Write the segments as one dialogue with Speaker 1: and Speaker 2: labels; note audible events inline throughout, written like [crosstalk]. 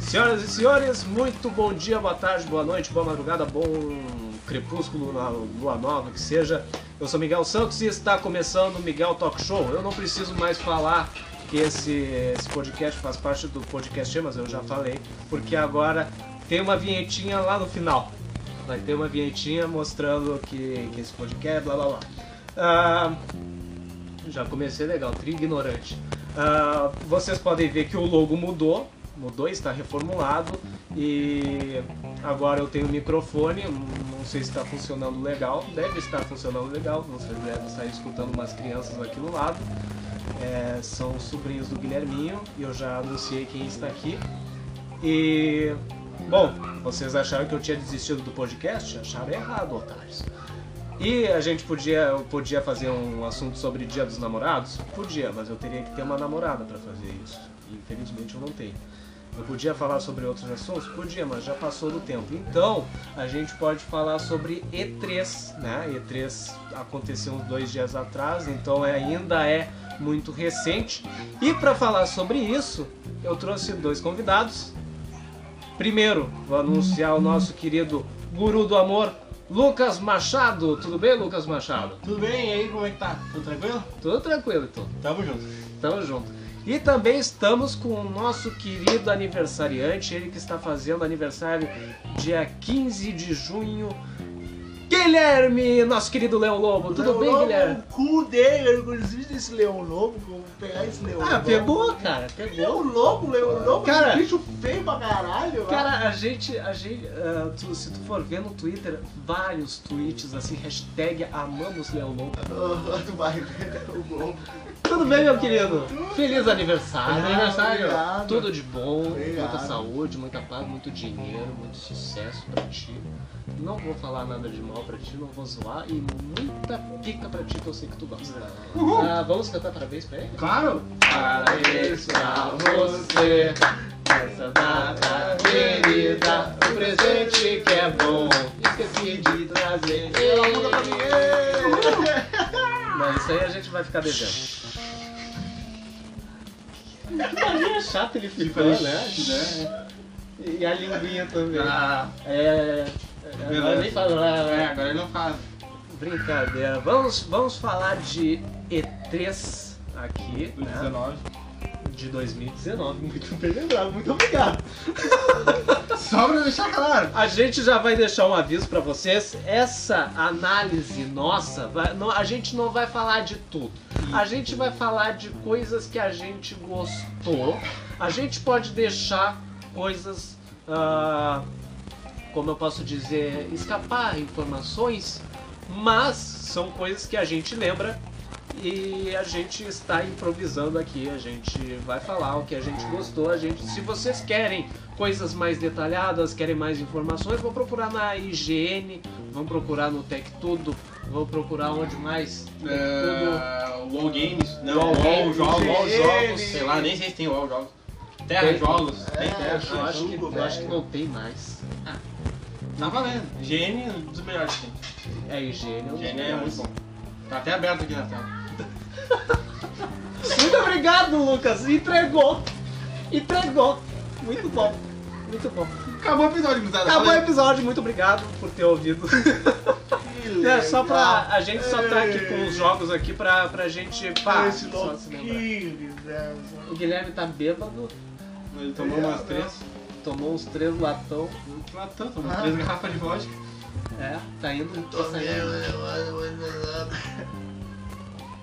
Speaker 1: Senhoras e senhores, muito bom dia, boa tarde, boa noite, boa madrugada, bom crepúsculo, na lua nova, que seja. Eu sou Miguel Santos e está começando o Miguel Talk Show. Eu não preciso mais falar que esse, esse podcast faz parte do podcast, mas eu já falei, porque agora tem uma vinhetinha lá no final. Vai ter uma vinhetinha mostrando que, que esse podcast, blá blá blá. Ah, já comecei legal, tri ignorante. Ah, vocês podem ver que o logo mudou, mudou, está reformulado e agora eu tenho um microfone, um, não sei se está funcionando legal, deve estar funcionando legal, vocês devem estar escutando umas crianças aqui no lado, é, são sobrinhos do Guilherminho e eu já anunciei quem está aqui. E bom, vocês acharam que eu tinha desistido do podcast? Acharam errado, otários. E a gente podia, eu podia fazer um assunto sobre Dia dos Namorados? Podia, mas eu teria que ter uma namorada para fazer isso. Infelizmente eu não tenho. Eu podia falar sobre outros assuntos? Podia, mas já passou do tempo. Então, a gente pode falar sobre E3, né? E3 aconteceu uns dois dias atrás, então ainda é muito recente. E para falar sobre isso, eu trouxe dois convidados. Primeiro, vou anunciar o nosso querido guru do amor, Lucas Machado. Tudo bem, Lucas Machado?
Speaker 2: Tudo bem? E aí, como é que tá? Tudo tranquilo?
Speaker 1: Tudo tranquilo, então.
Speaker 2: Tamo junto.
Speaker 1: Tamo junto. E também estamos com o nosso querido aniversariante, ele que está fazendo aniversário dia 15 de junho. Guilherme, nosso querido Leão Lobo. Tudo
Speaker 2: Leão
Speaker 1: bem,
Speaker 2: Lobo,
Speaker 1: Guilherme?
Speaker 2: O cu dele, eu inclusive desse leão lobo, vou pegar esse leão
Speaker 1: Ah,
Speaker 2: lobo.
Speaker 1: pegou, cara, pegou.
Speaker 2: Leão lobo, leão lobo,
Speaker 1: Cara-
Speaker 2: esse bicho feio pra caralho.
Speaker 1: Cara, a gente, a gente, ah, tu- se tu for ver no Twitter, vários tweets assim, hashtag amamos Leão Lobo.
Speaker 2: Ah, tu vai ver o lobo.
Speaker 1: Tudo bem, meu querido? Feliz aniversário.
Speaker 2: Ah, obrigado.
Speaker 1: Tudo de bom,
Speaker 2: Obrigado.
Speaker 1: muita saúde, muita paz, muito dinheiro, muito sucesso pra ti. Não vou falar nada de mal pra ti, não vou zoar e muita pica pra ti que eu sei que tu gosta. Ah, vamos cantar parabéns pra ele?
Speaker 2: Claro!
Speaker 1: Parabéns pra você Nessa data querida Um presente que é bom Esqueci de trazer
Speaker 2: Ela muda pra mim. ê!
Speaker 1: Não, isso aí a gente vai ficar beijando Imagina chato ele ficou, né? E a linguinha também
Speaker 2: Ah,
Speaker 1: É...
Speaker 2: Beleza.
Speaker 1: Eu nem falar,
Speaker 2: é,
Speaker 1: né?
Speaker 2: agora ele não faz.
Speaker 1: Brincadeira Vamos, vamos falar de E3 aqui
Speaker 2: Do
Speaker 1: né?
Speaker 2: 19.
Speaker 1: de 2019 Muito bem lembrado, muito obrigado
Speaker 2: Só pra deixar claro.
Speaker 1: A gente já vai deixar um aviso pra vocês. Essa análise nossa, vai- não- a gente não vai falar de tudo. A gente vai falar de coisas que a gente gostou. A gente pode deixar coisas, ah, como eu posso dizer, escapar informações, mas são coisas que a gente lembra e a gente está improvisando aqui. A gente vai falar o que a gente gostou. A gente, se vocês querem coisas mais detalhadas, querem mais informações, vão procurar na IGN, vão procurar no Tech Tudo, vão procurar onde mais. Tech Tudo.
Speaker 3: É, WoW Games? Não,
Speaker 1: WoW
Speaker 3: WoW,
Speaker 1: Games,
Speaker 3: Jogos, WoW Jogos,
Speaker 2: GM.
Speaker 3: sei lá, nem sei se tem WoW Jogos. Terra
Speaker 1: Tem.
Speaker 3: Jogos, tem
Speaker 2: É,
Speaker 3: Terra.
Speaker 1: Eu acho, que,
Speaker 2: jogo,
Speaker 1: eu acho que
Speaker 2: velho.
Speaker 1: não tem mais.
Speaker 3: Tá valendo. GN é um dos melhores que tem.
Speaker 1: É IGN. eu-
Speaker 3: GN é muito bom. Tá até aberto aqui na tela.
Speaker 1: Muito obrigado, Lucas. Entregou. Entregou. Muito bom. Muito bom.
Speaker 2: Acabou o episódio, gurizada.
Speaker 1: Acabou o episódio. Muito obrigado por ter ouvido.
Speaker 2: episódio.
Speaker 1: É, só pra, a gente só tá aqui com os jogos aqui pra, pra gente. Pá,
Speaker 2: Esse
Speaker 1: Ah, só
Speaker 2: louco.
Speaker 1: se lembrar. O Guilherme tá bêbado,
Speaker 3: Ele tomou umas três.
Speaker 1: tomou uns três latão.
Speaker 3: Não tomou tanto, tomou
Speaker 2: Ah.
Speaker 3: três garrafas de vodka.
Speaker 1: É, tá indo. Tá, saindo.
Speaker 2: Tá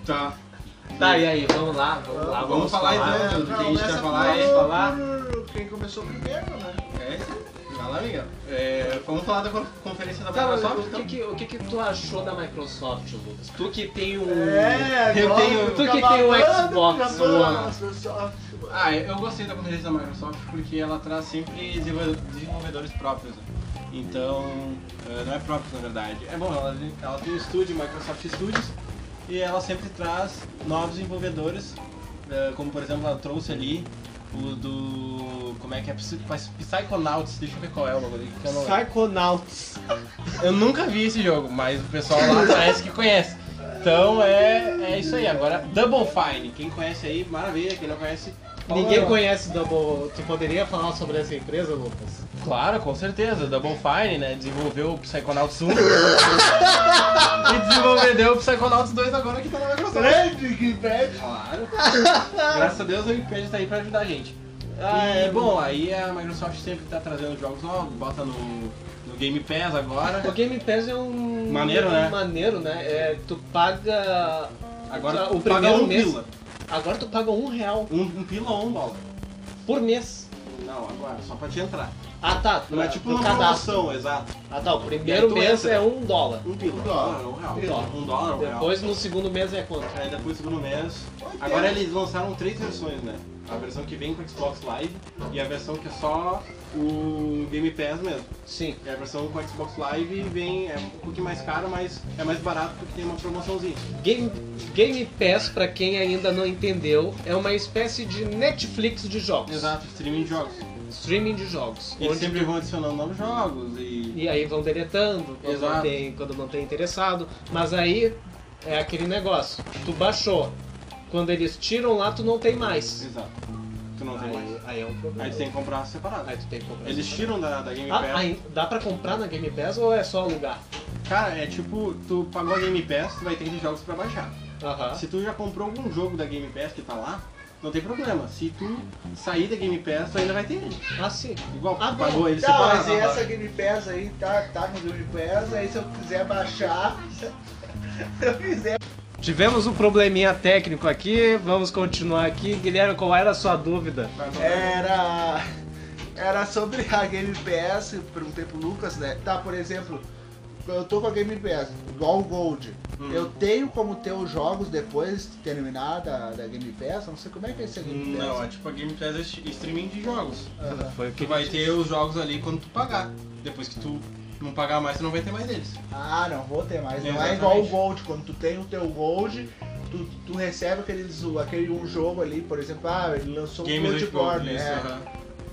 Speaker 3: Tá.
Speaker 1: tá e aí, vamos lá, vamos lá, vamos,
Speaker 3: Vamos falar
Speaker 1: falar.
Speaker 3: então.
Speaker 2: É, Não,
Speaker 3: O que a gente
Speaker 2: começa
Speaker 3: quer falar é
Speaker 2: por-
Speaker 1: falar.
Speaker 2: por Quem começou primeiro, né?
Speaker 3: É isso aí. Vai lá, Miguel. É, vamos falar da con- conferência da
Speaker 1: Tá, mas
Speaker 3: Microsoft? então?
Speaker 1: o que, que- o que que tu achou da Microsoft, Lucas? Tu que tem um.
Speaker 2: É,
Speaker 3: Eu
Speaker 2: agora
Speaker 3: tenho-
Speaker 2: tu
Speaker 1: tu que
Speaker 2: tá
Speaker 1: tem o
Speaker 2: babando,
Speaker 1: Xbox
Speaker 2: tá babando,
Speaker 1: One.
Speaker 2: Microsoft.
Speaker 3: Ah, eu gostei da conferência da Microsoft porque ela traz sempre desenvol- desenvolvedores próprios. né? Então, eh, não é próprios na verdade. É bom, ela, ela tem um estúdio, Microsoft Studios, e ela sempre traz novos desenvolvedores, eh, como por exemplo ela trouxe ali o do. Como é que é? Psy- Psychonauts, deixa eu ver qual é o nome dele. que eu não lembro.
Speaker 1: Psychonauts.
Speaker 3: Eu nunca vi esse jogo, mas o pessoal lá parece que conhece. Então é, é isso aí. Agora, Double Fine. Quem conhece aí, maravilha. Quem não conhece,
Speaker 1: Ninguém
Speaker 3: fala.
Speaker 1: conhece Double. Tu poderia falar sobre essa empresa, Lucas?
Speaker 3: Claro, com certeza. Double Fine, né? Desenvolveu o
Speaker 1: [laughs]
Speaker 3: Psychonauts 1. e desenvolveu o Psychonauts 2 agora que tá na Microsoft.
Speaker 2: Grande que pede.
Speaker 3: Claro. Graças a Deus a Wikipedia tá aí pra ajudar a gente. Ah, é, bom, aí a Microsoft sempre tá trazendo jogos novos, bota no, no Game Pass agora.
Speaker 1: O Game Pass é um.
Speaker 3: Maneiro, né?
Speaker 1: Maneiro, né? É, tu paga.
Speaker 3: Agora
Speaker 1: o
Speaker 3: tu paga
Speaker 1: primeiro
Speaker 3: um
Speaker 1: mês-
Speaker 3: pila.
Speaker 1: Agora tu paga um real
Speaker 3: Um, um pila ou um dólar.
Speaker 1: por mês.
Speaker 3: Não, agora, só pra te entrar.
Speaker 1: Ah tá,
Speaker 3: Não é tipo
Speaker 1: no
Speaker 3: uma
Speaker 1: cadastro.
Speaker 3: promoção, exato.
Speaker 1: Ah tá, o
Speaker 3: E aí
Speaker 1: primeiro
Speaker 3: tu
Speaker 1: mês
Speaker 3: entra.
Speaker 1: é um dólar.
Speaker 3: Um pila.
Speaker 2: Um dólar.
Speaker 3: Não, Um real.
Speaker 1: Um dólar.
Speaker 3: Um dólar, um real.
Speaker 1: Depois no segundo mês é quanto?
Speaker 3: Aí depois do segundo mês.
Speaker 1: é.
Speaker 3: Agora eles lançaram três versões, né? A versão que vem com o Xbox Live e a versão que é só o Game Pass mesmo.
Speaker 1: Sim.
Speaker 3: E a versão com o Xbox Live vem, é um pouquinho mais cara, mas é mais barato porque tem uma promoçãozinha.
Speaker 1: Game, Game Pass, pra quem ainda não entendeu, é uma espécie de Netflix de jogos.
Speaker 3: Exato, streaming de jogos.
Speaker 1: Streaming de jogos.
Speaker 3: Eles sempre vão adicionando novos jogos e.
Speaker 1: E aí vão deletando quando não,
Speaker 3: Exato.
Speaker 1: tem, quando não tem interessado. Mas aí é aquele negócio. Tu baixou. Quando eles tiram lá, tu não tem mais.
Speaker 3: Exato. Tu não tem mais.
Speaker 1: Aí, aí é um problema.
Speaker 3: Aí tu tem que comprar separado.
Speaker 1: Aí tu tem que comprar.
Speaker 3: Eles tiram da, da Game Pass.
Speaker 1: Ah, aí, dá pra comprar na Game Pass ou é só alugar?
Speaker 3: Cara, é tipo, tu pagou a Game Pass, tu vai ter que ter jogos pra baixar.
Speaker 1: Aham.
Speaker 3: Se tu já comprou algum jogo da Game Pass que tá lá, não tem problema. Se tu sair da Game Pass, tu ainda vai ter ele.
Speaker 1: Ah, sim.
Speaker 3: Igual
Speaker 1: Ah,
Speaker 3: tu pagou ele
Speaker 2: Tá,
Speaker 3: separado.
Speaker 2: mas e essa Game Pass aí tá, tá no Game Pass, aí se eu quiser baixar, se eu quiser.
Speaker 1: Tivemos um probleminha técnico aqui, vamos continuar aqui. Guilherme, qual era a sua dúvida?
Speaker 3: é-
Speaker 2: É. Era. Era sobre a Game Pass, eu perguntei pro Lucas, né? Tá, por exemplo, eu tô com a Game Pass, igual o Gold.
Speaker 3: Hum.
Speaker 2: Eu tenho como ter os jogos depois de terminar da, da Game Pass? Não sei como é que é esse Game Pass.
Speaker 3: Não, é tipo a Game Pass é st- streaming de jogos.
Speaker 2: Aham.
Speaker 1: Foi o
Speaker 3: Tu vai ter os jogos ali quando tu pagar. Depois que tu não pagar mais, tu não vai ter mais deles.
Speaker 2: Ah, não vou ter mais. Não é
Speaker 3: Exatamente.
Speaker 2: igual o Gold. Quando tu tem o teu Gold, tu, tu recebe aqueles, o- aquele um jogo ali, por exemplo, ah, ele lançou um
Speaker 3: Games with
Speaker 2: Bloodborne.
Speaker 3: Gold, isso,
Speaker 2: é.
Speaker 3: aham.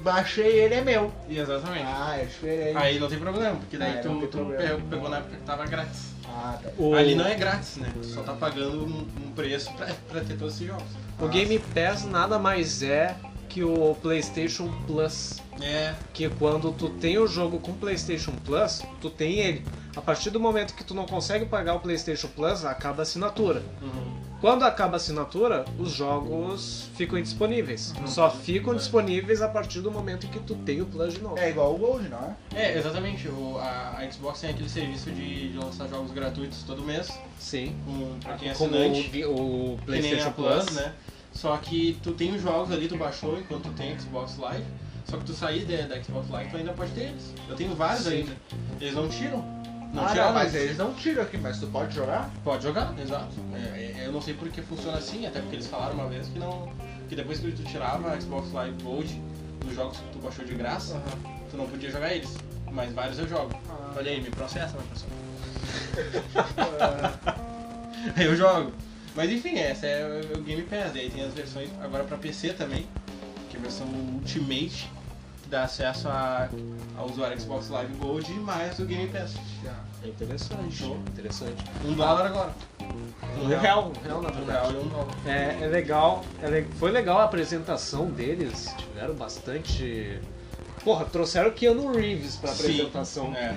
Speaker 2: Baixei ele, é meu.
Speaker 3: Exatamente.
Speaker 2: Ah, é diferente.
Speaker 3: Aí não tem problema, porque daí
Speaker 2: Ah, não
Speaker 3: tu,
Speaker 2: tem
Speaker 3: tu
Speaker 2: problema.
Speaker 3: pegou- pegou na época que tava grátis.
Speaker 2: Ah, tá.
Speaker 1: O,
Speaker 3: Ali não é grátis, né? Tu só tá pagando um, um preço pra, pra ter todos esses jogos.
Speaker 1: o Game Pass nada mais é que o PlayStation Plus.
Speaker 3: É,
Speaker 1: Que quando tu tem o jogo com PlayStation Plus, tu tem ele. A partir do momento que tu não consegue pagar o PlayStation Plus, acaba a assinatura.
Speaker 3: Uhum.
Speaker 1: Quando acaba a assinatura, os jogos ficam indisponíveis. Só ficam disponíveis a partir do momento que tu tem o Plus de novo.
Speaker 2: É igual o Gold, não é?
Speaker 3: É, exatamente. O, a, a Xbox tem aquele serviço de, de lançar jogos gratuitos todo mês,
Speaker 1: Sim.
Speaker 3: com, pra quem é
Speaker 1: Como
Speaker 3: assinante,
Speaker 1: o vi- o,
Speaker 3: que nem
Speaker 1: PlayStation
Speaker 3: a Plus,
Speaker 1: Plus,
Speaker 3: né? Só que tu tem os jogos ali, tu baixou enquanto tu tem Xbox Live. Só que tu sair da, da Xbox Live, tu ainda pode ter eles. Eu tenho vários
Speaker 1: Sim.
Speaker 3: ainda. Eles não tiram. Não
Speaker 2: ah,
Speaker 3: tiram,
Speaker 2: não, mas eles não tiram aqui, mas tu pode jogar?
Speaker 3: Pode jogar, exato. É, é, eu não sei porque funciona assim, até porque eles falaram uma vez que não. Que depois que tu tirava a Xbox Live Gold dos jogos que tu baixou de graça, tu não podia jogar eles. Mas vários eu jogo. Olha aí, me processa, Microsoft.
Speaker 2: Ah,
Speaker 3: Aí [laughs] eu jogo. Mas enfim, essa é o- o Game Pass. E aí tem as versões agora pra PC também, que é a versão Ultimate, que dá acesso a, a usuário Xbox Live Gold e mais o Game Pass.
Speaker 1: É interessante.
Speaker 3: Show.
Speaker 1: Interessante.
Speaker 3: Um dólar agora.
Speaker 1: Um real, um real na
Speaker 3: Um
Speaker 1: verdade.
Speaker 3: real e um dólar.
Speaker 1: É, é legal, é le- foi legal a apresentação deles, tiveram bastante. Porra, trouxeram o Keanu Reeves pra
Speaker 3: Sim.
Speaker 1: apresentação.
Speaker 3: É.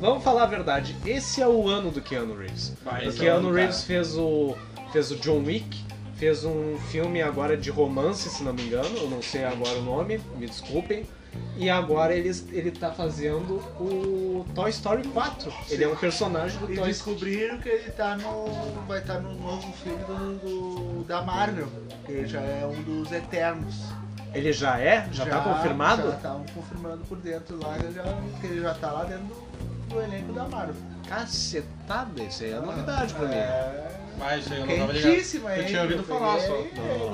Speaker 1: Vamos falar a verdade, esse é o ano do Keanu Reeves.
Speaker 3: Vai,
Speaker 1: o
Speaker 3: esse é o
Speaker 1: Keanu
Speaker 3: ano,
Speaker 1: Reeves
Speaker 3: cara.
Speaker 1: fez o, fez o John Wick, fez um filme agora de romance, se não me engano, eu não sei agora o nome, me desculpem. E agora ele, ele tá fazendo o Toy Story 4. Ele é um personagem do
Speaker 2: e
Speaker 1: Toy Story.
Speaker 2: descobriram que ele tá no. Vai estar no novo filme do, do- da Marvel, que ele já é um dos Eternos.
Speaker 1: Ele já é? Já, tá confirmado?
Speaker 2: Já estavam confirmando por dentro lá, ele já, que ele já tá lá dentro do, do elenco da Marvel. Então,
Speaker 1: Cacetada, isso aí é novidade pra mim.
Speaker 2: É.
Speaker 3: Mas isso aí eu não tava ligado.
Speaker 2: Quentíssima, hein?
Speaker 3: Eu tinha ouvido falar só.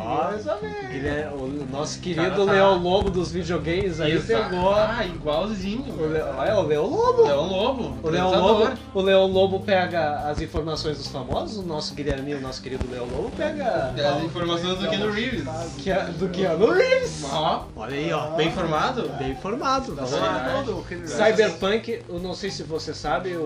Speaker 2: Mais ou
Speaker 1: Ah.
Speaker 2: menos.
Speaker 1: Guilherme- é o nosso
Speaker 3: Cara,
Speaker 1: querido
Speaker 3: tá.
Speaker 1: Leo Lobo dos videogames aí
Speaker 3: Exa-
Speaker 1: pegou.
Speaker 3: Ah, igualzinho.
Speaker 1: é O Le- Olha, o Leo Lobo!
Speaker 3: Leão Lobo.
Speaker 1: O Leo
Speaker 3: apresentador.
Speaker 1: Lobo, o Leo Lobo pega as informações dos famosos, o nosso Guilherminho, o nosso querido Leo Lobo pega
Speaker 3: Tem As informações do Keanu Reeves.
Speaker 1: que é- do Keanu Reeves.
Speaker 3: Ó,
Speaker 1: Olha aí, ó.
Speaker 3: bem informado?
Speaker 1: Bem informado, tá vamos
Speaker 3: certo.
Speaker 1: lá.
Speaker 2: Não, não, aquele-
Speaker 1: Cyberpunk, eu não sei se você sabe, o,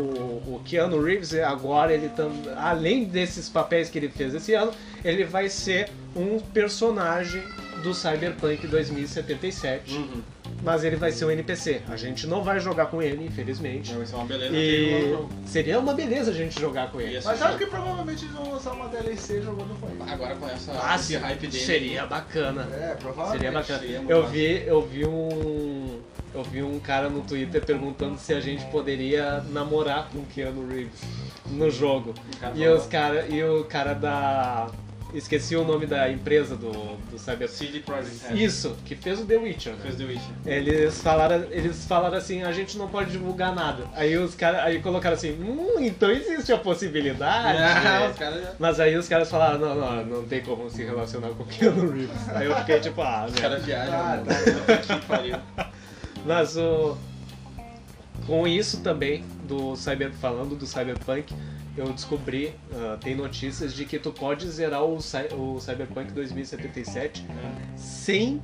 Speaker 1: o Keanu Reeves é agora ele tam, além desses esses papéis que ele fez esse ano, ele vai ser um personagem do Cyberpunk 2077.
Speaker 3: Uhum.
Speaker 1: Mas ele vai ser um NPC. A gente não vai jogar com ele, infelizmente.
Speaker 3: Vai ser é uma beleza.
Speaker 1: E
Speaker 3: tem um novo jogo.
Speaker 1: seria uma beleza a gente jogar com ele.
Speaker 3: Ia ser
Speaker 2: Mas
Speaker 3: show.
Speaker 2: acho que provavelmente eles vão lançar uma DLC jogando com ele.
Speaker 3: Agora com essa
Speaker 1: Ah,
Speaker 3: esse hype dele.
Speaker 1: Seria bacana.
Speaker 2: É, provavelmente.
Speaker 1: Seria bacana.
Speaker 3: seria muito
Speaker 1: Eu
Speaker 3: massa.
Speaker 1: vi, eu vi um. Eu vi um cara no Twitter perguntando se a gente poderia namorar com o Keanu Reeves no jogo.
Speaker 3: O cara
Speaker 1: E
Speaker 3: falou,
Speaker 1: os cara, e o cara da. Esqueci o nome da empresa do, do Cyberpunk.
Speaker 3: CD Projekt Red
Speaker 1: Isso, que fez o The Witcher, né?
Speaker 3: É. fez The Witcher.
Speaker 1: Eles falaram, eles falaram assim, a gente não pode divulgar nada. Aí os caras, aí colocaram assim, hum, então existe a possibilidade. É.
Speaker 3: Ah, [laughs] os caras já-
Speaker 1: Mas aí os caras falaram, não, não, não tem como se relacionar com o Keanu Reeves. Aí eu fiquei tipo, ah,
Speaker 3: Os
Speaker 1: né?
Speaker 3: caras viajam.
Speaker 2: Ah,
Speaker 3: mano.
Speaker 2: tá.
Speaker 3: Puta que pariu.
Speaker 1: Mas o com isso também do cyber falando do cyberpunk, eu descobri, ah, tem notícias de que tu pode zerar o, Cy- o Cyberpunk 2077 sem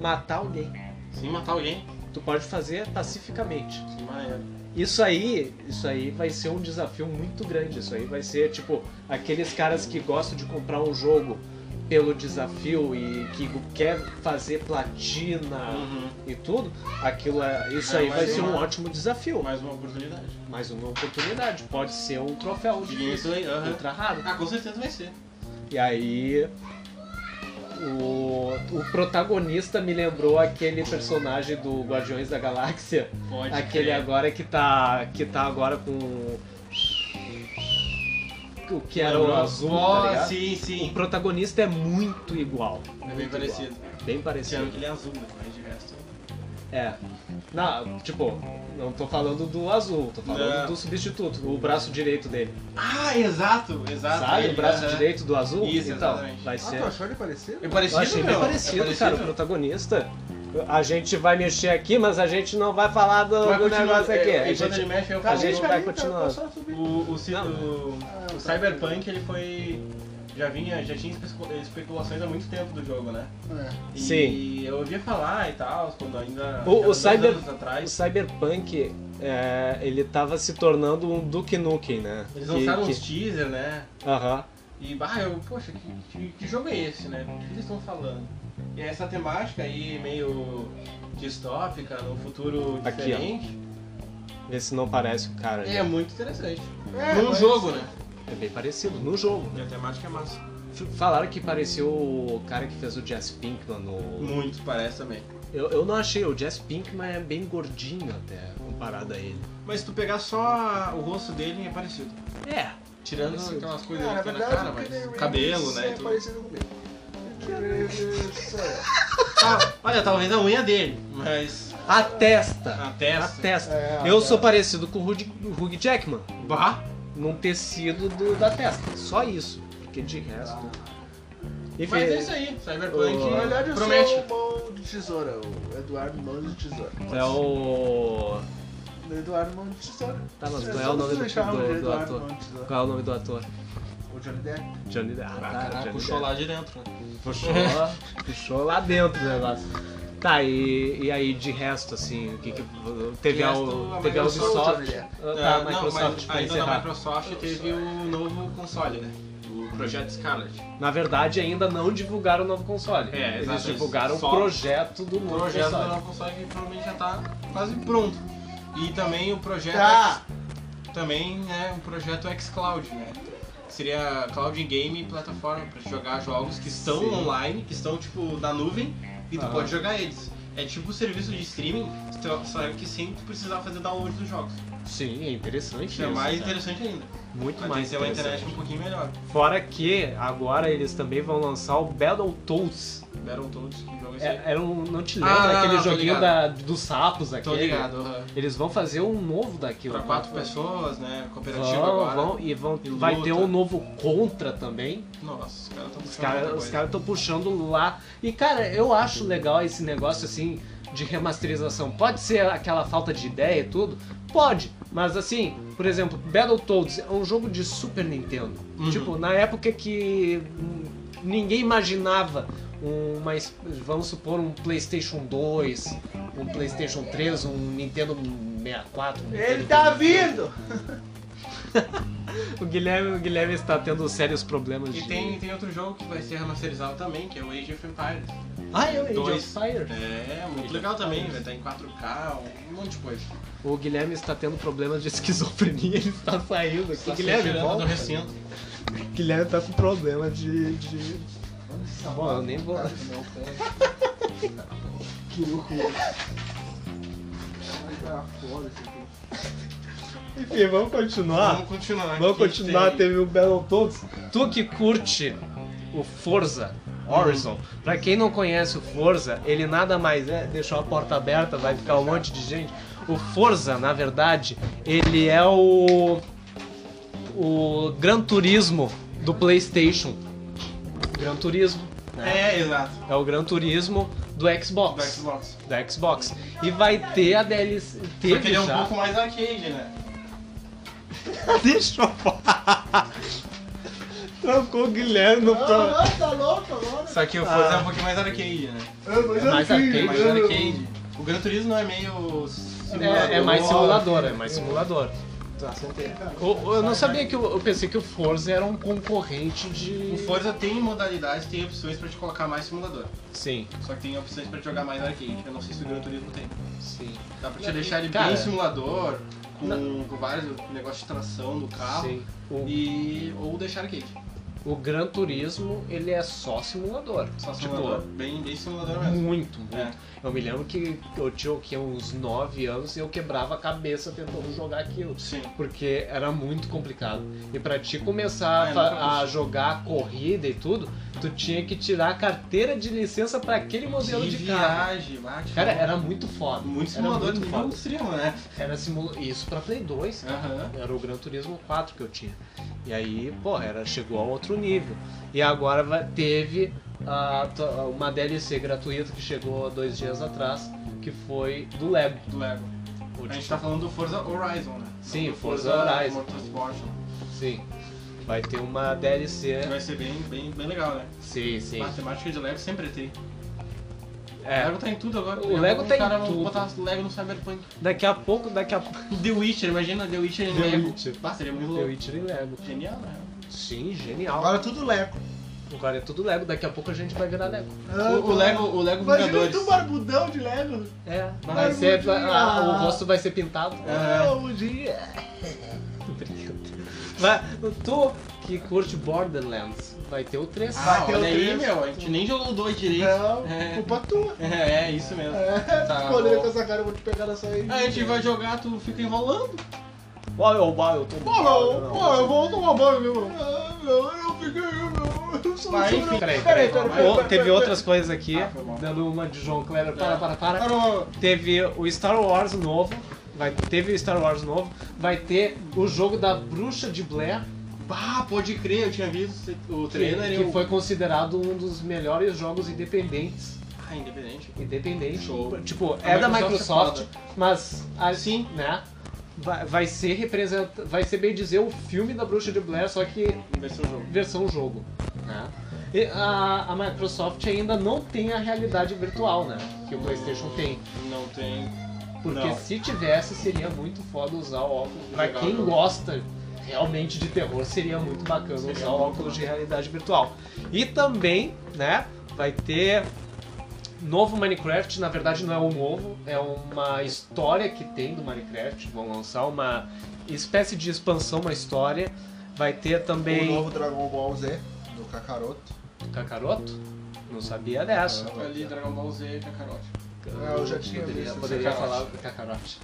Speaker 1: matar alguém.
Speaker 3: Sem matar alguém.
Speaker 1: Tu pode fazer pacificamente.
Speaker 3: Que maneiro.
Speaker 1: Isso aí, isso aí vai ser um desafio muito grande. Isso aí vai ser tipo aqueles caras que gostam de comprar um jogo pelo desafio e que quer fazer platina
Speaker 3: Uhum.
Speaker 1: e tudo, aquilo é, isso
Speaker 3: É,
Speaker 1: aí
Speaker 3: mas
Speaker 1: vai
Speaker 3: sim,
Speaker 1: ser um
Speaker 3: né?
Speaker 1: ótimo desafio.
Speaker 3: Mais uma oportunidade.
Speaker 1: Mais uma oportunidade, pode ser um troféu
Speaker 3: De
Speaker 1: de
Speaker 3: gameplay, aham.
Speaker 1: ultra raro.
Speaker 3: Ah, com certeza vai ser.
Speaker 1: E aí o, o protagonista me lembrou aquele personagem do Guardiões da Galáxia,
Speaker 3: Pode.
Speaker 1: aquele
Speaker 3: crer.
Speaker 1: agora que tá que tá agora com o que era o
Speaker 3: Lembrou?
Speaker 1: azul.
Speaker 3: Oh,
Speaker 1: tá ligado?
Speaker 3: sim,
Speaker 1: o
Speaker 3: sim.
Speaker 1: protagonista é muito igual,
Speaker 3: É
Speaker 1: muito
Speaker 3: bem
Speaker 1: igual.
Speaker 3: parecido.
Speaker 1: bem
Speaker 3: Esse
Speaker 1: parecido.
Speaker 3: ano que ele é azul, né? Mas de resto.
Speaker 1: É. Não, tipo, não tô falando do azul, tô falando
Speaker 3: Não.
Speaker 1: do substituto, o braço direito dele.
Speaker 3: Ah, exato, exato.
Speaker 1: Sabe
Speaker 3: Ele, é-
Speaker 1: o braço
Speaker 3: aham.
Speaker 1: direito do azul?
Speaker 3: Isso,
Speaker 1: então,
Speaker 3: exatamente.
Speaker 1: vai
Speaker 2: Ah,
Speaker 1: ser.
Speaker 2: tu achou ele parecido?
Speaker 3: É
Speaker 1: Eu
Speaker 3: parecido,
Speaker 1: achei
Speaker 3: meu.
Speaker 1: bem
Speaker 3: É
Speaker 1: parecido, cara, o protagonista. A gente vai mexer aqui, mas a gente não vai falar do,
Speaker 3: Vai
Speaker 1: do
Speaker 3: continuar-
Speaker 1: negócio aqui.
Speaker 3: é,
Speaker 1: a
Speaker 3: enquanto
Speaker 1: gente-
Speaker 3: ele mexe, eu
Speaker 1: a
Speaker 3: falo.
Speaker 1: gente
Speaker 2: Deixa
Speaker 1: vai
Speaker 2: ali, cara,
Speaker 1: continuar.
Speaker 2: tá, só subir. Ah,
Speaker 3: O, o, ci-
Speaker 1: Não.
Speaker 3: o- o Cyberpunk, ele foi... Já vinha, já tinha especu- especulações há muito tempo do jogo, né?
Speaker 2: É.
Speaker 3: E
Speaker 1: Sim.
Speaker 3: eu ouvia falar e tal, quando ainda...
Speaker 1: O- o
Speaker 3: há dois
Speaker 1: Cyber-
Speaker 3: anos
Speaker 1: O
Speaker 3: atrás.
Speaker 1: Cyberpunk, é, ele tava se tornando um Duke Nukem, né?
Speaker 3: Eles
Speaker 1: Que-
Speaker 3: lançaram
Speaker 1: que-
Speaker 3: uns teaser, né?
Speaker 1: Aham.
Speaker 3: E bah, eu, poxa, que, que, que jogo é esse, né? O que eles estão falando? E essa temática aí meio distópica, num futuro
Speaker 1: Aqui, ó.
Speaker 3: diferente,
Speaker 1: Vê se não parece o cara. ali.
Speaker 3: é muito interessante.
Speaker 2: É,
Speaker 3: Num
Speaker 2: mas-
Speaker 3: jogo, né?
Speaker 1: é bem parecido, no jogo.
Speaker 3: E a temática é massa.
Speaker 1: F- Falaram que pareceu o cara que fez o Jazz Pinkman no.
Speaker 3: Muito, parece também.
Speaker 1: Eu, eu não achei, o Jazz Pinkman é bem gordinho até, comparado a ele.
Speaker 3: Mas se tu pegar só o rosto dele, é parecido.
Speaker 1: É.
Speaker 3: Tirando assim,
Speaker 1: Parecido.
Speaker 3: aquelas
Speaker 2: É,
Speaker 3: coisas
Speaker 2: na
Speaker 3: que tem na
Speaker 2: verdade,
Speaker 3: cara,
Speaker 2: o
Speaker 3: mas.
Speaker 2: Keanu Reeves
Speaker 3: Cabelo, né?
Speaker 2: É
Speaker 3: e tudo.
Speaker 2: parecido comigo. Isso é.
Speaker 3: Ah, olha, talvez a unha dele, mas
Speaker 1: A testa.
Speaker 3: a
Speaker 1: A
Speaker 3: testa.
Speaker 1: testa.
Speaker 2: É,
Speaker 1: eu
Speaker 2: a
Speaker 1: sou
Speaker 2: testa.
Speaker 1: parecido com o Hugh, Hugh Jackman,
Speaker 3: Bah!
Speaker 1: num tecido do- da testa. Só isso. Porque de resto. Enfim,
Speaker 3: Mas é isso aí, Cyberpunk
Speaker 1: O-
Speaker 2: Na verdade, eu
Speaker 3: promete.
Speaker 2: sou o mão de tesoura, o Eduardo Mão de Tesoura.
Speaker 1: é o.
Speaker 2: Eduardo Mão de Tesoura.
Speaker 1: Tá, mas
Speaker 2: É,
Speaker 1: não é
Speaker 2: só
Speaker 1: o nome
Speaker 2: vocês
Speaker 1: do-
Speaker 2: chamavam
Speaker 1: do-
Speaker 2: de
Speaker 1: do
Speaker 2: Eduardo
Speaker 1: ator.
Speaker 2: Mão de Tesoura.
Speaker 1: Qual é o nome do ator?
Speaker 2: O Johnny Depp.
Speaker 1: Johnny Depp. Ah, tá,
Speaker 3: Caraca,
Speaker 1: Johnny
Speaker 3: puxou
Speaker 1: Depp.
Speaker 3: lá de dentro, né?
Speaker 1: Puxou, puxou lá dentro o negócio. Tá, e, e aí de resto, assim, o que que. Teve,
Speaker 3: De
Speaker 1: a,
Speaker 3: resto, a
Speaker 1: teve a
Speaker 3: Microsoft,
Speaker 1: Ubisoft.
Speaker 2: né?
Speaker 1: Ah,
Speaker 3: É,
Speaker 1: Tá, a
Speaker 3: não,
Speaker 1: Microsoft
Speaker 3: mas
Speaker 1: pra
Speaker 3: ainda
Speaker 1: encerrar.
Speaker 3: na Microsoft teve o novo console, né? O Projeto Scarlet.
Speaker 1: Na verdade, ainda não divulgaram o novo console.
Speaker 3: É,
Speaker 1: Eles
Speaker 3: exato,
Speaker 1: divulgaram
Speaker 3: só-
Speaker 1: o projeto do
Speaker 3: O
Speaker 1: Um novo
Speaker 3: projeto do
Speaker 1: console.
Speaker 3: novo console que provavelmente já tá quase pronto. E também o projeto.
Speaker 2: Tá.
Speaker 3: Também é um projeto xCloud, né? Que Seria Cloud Game Plataforma para jogar jogos que estão
Speaker 1: Sim.
Speaker 3: online, que estão tipo na nuvem, e tu
Speaker 1: Aham.
Speaker 3: pode jogar eles. É tipo um serviço de streaming, só- só que sem tu precisar fazer download dos jogos.
Speaker 1: Sim, é interessante.
Speaker 3: Isso é
Speaker 1: isso,
Speaker 3: mais
Speaker 1: né?
Speaker 3: interessante ainda.
Speaker 1: Muito
Speaker 3: Mas tem que
Speaker 1: mais
Speaker 3: ter uma
Speaker 1: interessante.
Speaker 3: internet um pouquinho melhor.
Speaker 1: Fora que agora eles também vão lançar o Battletoads.
Speaker 3: Battletoads, que jogo é esse aí?
Speaker 1: É, era um, não te
Speaker 3: Ah,
Speaker 1: lembra
Speaker 3: não, não,
Speaker 1: aquele
Speaker 3: não, tô
Speaker 1: joguinho
Speaker 3: ligado.
Speaker 1: da, dos sapos aqui?
Speaker 3: Tô ligado, aham.
Speaker 1: Eles vão fazer um novo daquilo.
Speaker 3: Pra
Speaker 1: né?
Speaker 3: quatro pessoas, né? Cooperativo
Speaker 1: Vão,
Speaker 3: agora.
Speaker 1: vão, e vão,
Speaker 3: E
Speaker 1: vai
Speaker 3: luta.
Speaker 1: ter um novo Contra também.
Speaker 3: Nossa, os caras estão
Speaker 1: Os caras estão puxando lá. E, cara, eu acho legal esse negócio assim de remasterização. Pode ser aquela falta de ideia e tudo? Pode, mas assim, por exemplo, Battletoads é um jogo de Super Nintendo.
Speaker 3: Uhum.
Speaker 1: Tipo, na época que hum, ninguém imaginava uma, es- vamos supor, um PlayStation 2, um PlayStation 3, um Nintendo 64. um
Speaker 2: Ele
Speaker 3: tá
Speaker 1: Nintendo
Speaker 2: tá
Speaker 1: 32.
Speaker 2: vindo!
Speaker 1: O Guilherme, o Guilherme está tendo sérios problemas
Speaker 3: E
Speaker 1: de...
Speaker 3: tem, tem outro jogo que vai ser remasterizado também, que é o Age of Empires.
Speaker 1: Ah, é o Age of
Speaker 3: Dois.
Speaker 1: Fire.
Speaker 3: É, muito legal também, vai estar em 4K, um monte de coisa.
Speaker 1: O Guilherme está tendo problemas de [laughs] esquizofrenia, ele está saindo aqui.
Speaker 3: Tá se
Speaker 1: Guilherme,
Speaker 3: tirando
Speaker 1: volta.
Speaker 3: do recinto.
Speaker 1: Guilherme tá com problema de... de... Bom, eu nem vou...
Speaker 2: Que loucura. Ai, tá foda esse aqui.
Speaker 1: Enfim, vamos continuar.
Speaker 3: Vamos continuar.
Speaker 1: Vamos
Speaker 3: aqui,
Speaker 1: continuar,
Speaker 3: tem-
Speaker 1: teve o Battletoads. Tu que curte o Forza Horizon, pra quem não conhece o Forza, ele nada mais é, deixou a porta aberta, vai ficar um monte de gente. O Forza, na verdade, ele é o o Gran Turismo do PlayStation. Gran Turismo
Speaker 3: É, exato.
Speaker 1: é o Gran Turismo do
Speaker 3: Do Xbox.
Speaker 1: Da Xbox. E vai ter a DLC.
Speaker 3: Só
Speaker 1: Teve
Speaker 3: que ele é um
Speaker 1: já.
Speaker 3: pouco mais arcade, né?
Speaker 1: [laughs] Deixa eu falar. Trancou o Guilherme no
Speaker 2: Não,
Speaker 1: pro...
Speaker 2: não, tá louco agora.
Speaker 3: Só
Speaker 1: Ah.
Speaker 3: que o Forza é um pouquinho mais arcade, né?
Speaker 2: É
Speaker 1: mais
Speaker 3: É mais
Speaker 1: arcade.
Speaker 3: arcade. O Gran Turismo não é meio simulador.
Speaker 1: É, é mais simulador, é mais simulador. Tá, Eu, eu não sabia que eu, eu pensei que o Forza era um concorrente de.
Speaker 3: O Forza tem modalidades, tem opções pra te colocar mais simulador.
Speaker 1: Sim,
Speaker 3: Só que tem opções pra te jogar mais arcade. Eu não sei se o Gran Turismo tem.
Speaker 1: sim.
Speaker 3: Dá pra te deixar ele
Speaker 1: Cara.
Speaker 3: bem simulador, com, com vários negócios de tração do carro.
Speaker 1: sim. O,
Speaker 3: E. ou deixar arcade.
Speaker 1: o Gran Turismo ele é só simulador.
Speaker 3: Só
Speaker 1: tipo,
Speaker 3: simulador. Bem, bem simulador mesmo.
Speaker 1: muito, muito.
Speaker 3: É.
Speaker 1: Eu me lembro que eu tinha o quê? uns 9 anos e eu quebrava a cabeça tentando jogar aquilo.
Speaker 3: Sim.
Speaker 1: porque era muito complicado. E pra ti começar
Speaker 3: É,
Speaker 1: a, fa-
Speaker 3: nunca
Speaker 1: a jogar corrida e tudo, tu tinha que tirar a carteira de licença pra aquele modelo
Speaker 3: Que
Speaker 1: de, carro.
Speaker 3: viagem, bate.
Speaker 1: Cara, era muito foda.
Speaker 3: muito
Speaker 1: era
Speaker 3: simulador de
Speaker 1: muito
Speaker 3: nível
Speaker 1: foda.
Speaker 3: extremo, né?
Speaker 1: Era simula... Isso pra Play 2. cara.
Speaker 3: Aham.
Speaker 1: Era o Gran Turismo 4 que eu tinha. E aí, pô, era, chegou a outro nível. E agora vai- teve ah, to- uma DLC gratuita que chegou há dois dias atrás, que foi do Lego.
Speaker 3: Do Lego.
Speaker 1: O
Speaker 3: A gente
Speaker 1: de-
Speaker 3: tá falando do Forza Horizon, né?
Speaker 1: Sim,
Speaker 3: Do
Speaker 1: Forza Horizon.
Speaker 3: Motorsport.
Speaker 1: Sim. Vai ter uma DLC.
Speaker 3: Que vai ser bem, bem, bem legal, né?
Speaker 1: Sim, sim.
Speaker 3: Matemática de Lego sempre tem.
Speaker 1: É.
Speaker 3: Lego tá em tudo agora.
Speaker 1: O Lego tá em
Speaker 3: cara vão
Speaker 1: tudo.
Speaker 3: botar Lego no Cyberpunk.
Speaker 1: Daqui a pouco, daqui a pouco.
Speaker 3: The Witcher, imagina The Witcher em
Speaker 1: The
Speaker 3: Lego.
Speaker 1: Witcher.
Speaker 3: Bah, seria muito
Speaker 1: The
Speaker 3: louco.
Speaker 1: Witcher e Lego.
Speaker 3: Genial, né?
Speaker 1: Sim, genial. Agora,
Speaker 2: Agora tudo leco.
Speaker 1: é tudo Lego, daqui a pouco a gente vai virar Lego.
Speaker 3: O, o Lego, o Lego
Speaker 2: Ah, Imagina
Speaker 3: Vingadores.
Speaker 2: tu um barbudão de Lego.
Speaker 1: É,
Speaker 2: Ai,
Speaker 1: vai ser.
Speaker 2: meu
Speaker 1: ah,
Speaker 2: Deus.
Speaker 1: o rosto vai ser pintado.
Speaker 3: É.
Speaker 2: Não, um dia.
Speaker 1: Vai, tu que curte Borderlands, vai ter o 3.
Speaker 3: Ah,
Speaker 2: Vai ter
Speaker 3: olha
Speaker 2: o
Speaker 3: aí,
Speaker 2: três.
Speaker 3: meu. A gente nem jogou o 2 direito.
Speaker 2: Não,
Speaker 3: É.
Speaker 2: culpa tua.
Speaker 3: É, é isso mesmo.
Speaker 2: É,
Speaker 3: Tá
Speaker 2: tu olhando
Speaker 3: bom. É.
Speaker 2: com essa cara, eu vou te pegar nessa aí.
Speaker 3: A gente vai jogar, tu fica enrolando.
Speaker 1: Olha o eu tô.
Speaker 2: Pô, meu, pô, eu vou tomar banho, meu. Ah, meu, eu fiquei, meu. Eu sou um
Speaker 3: Vai,
Speaker 2: sou-
Speaker 3: enfim.
Speaker 1: Peraí, peraí.
Speaker 2: Peraí, peraí,
Speaker 1: Ô,
Speaker 2: peraí,
Speaker 1: teve
Speaker 2: peraí,
Speaker 1: outras coisas aqui,
Speaker 3: Ah, foi bom.
Speaker 1: dando uma de João Kleber. Para,
Speaker 3: É.
Speaker 1: para,
Speaker 2: Ah,
Speaker 1: para.
Speaker 2: não,
Speaker 1: Teve o Star Wars novo. Vai, teve o Star Wars novo. Vai ter o jogo da Bruxa de Blair.
Speaker 3: Bah, pode crer, eu tinha visto o trailer e
Speaker 1: que,
Speaker 3: eu...
Speaker 1: que foi considerado um dos melhores jogos independentes.
Speaker 3: Ah, independente.
Speaker 1: Independente.
Speaker 3: Show.
Speaker 1: Tipo,
Speaker 3: A
Speaker 1: é da Microsoft,
Speaker 3: Microsoft é
Speaker 1: mas assim, né? Vai, vai ser representa, vai ser bem dizer o filme da Bruxa de Blair, só que
Speaker 3: Versão jogo.
Speaker 1: versão jogo. Né? E a, a Microsoft ainda não tem a realidade virtual, né? Que o PlayStation tem.
Speaker 3: Não tem...
Speaker 1: Porque
Speaker 3: Não.
Speaker 1: se tivesse, seria muito foda usar o óculos. Pra
Speaker 3: Legal,
Speaker 1: quem
Speaker 3: né?
Speaker 1: gosta realmente de terror, seria muito bacana
Speaker 3: Seria
Speaker 1: usar o
Speaker 3: muito
Speaker 1: óculos de
Speaker 3: bacana.
Speaker 1: realidade virtual. E também, né, vai ter novo Minecraft. Na verdade, não é um novo, é uma história que tem do Minecraft. Vão lançar uma espécie de expansão, uma história. Vai ter
Speaker 2: meu. O
Speaker 1: também.
Speaker 2: novo Dragon Ball Z, do Kakaroto.
Speaker 1: Kakaroto? Não sabia dessa.
Speaker 3: Ali, Dragon Ball Z, Kakarot.
Speaker 2: Ah, eu já tinha
Speaker 1: poderia,
Speaker 2: visto
Speaker 1: Poderia
Speaker 2: esse
Speaker 1: falar
Speaker 3: [laughs]
Speaker 1: cacarote.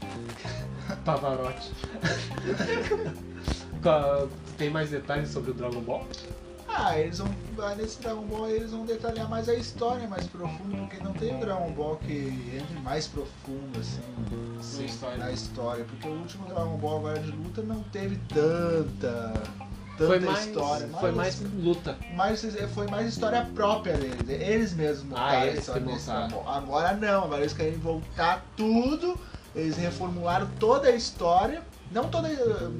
Speaker 1: Pavarote. [laughs] Qual- Tem mais detalhes sobre o Dragon Ball?
Speaker 2: Ah, eles vão. ah, Nesse Dragon Ball aí eles vão detalhar mais a história mais profundo, porque não tem um Dragon Ball que entre mais profundo, assim,
Speaker 3: Sim. História.
Speaker 2: na história. Porque o último Dragon Ball agora de luta não teve tanta. tanta
Speaker 1: foi mais,
Speaker 2: história.
Speaker 1: foi mais luta.
Speaker 2: mais- foi mais história própria deles. Eles mesmos montaram
Speaker 1: Ah,
Speaker 2: a
Speaker 1: eles
Speaker 2: história
Speaker 1: que
Speaker 2: desse
Speaker 1: montaram.
Speaker 2: Dragon Ball. Agora não, agora eles querem voltar tudo. Eles reformularam toda a história. Não toda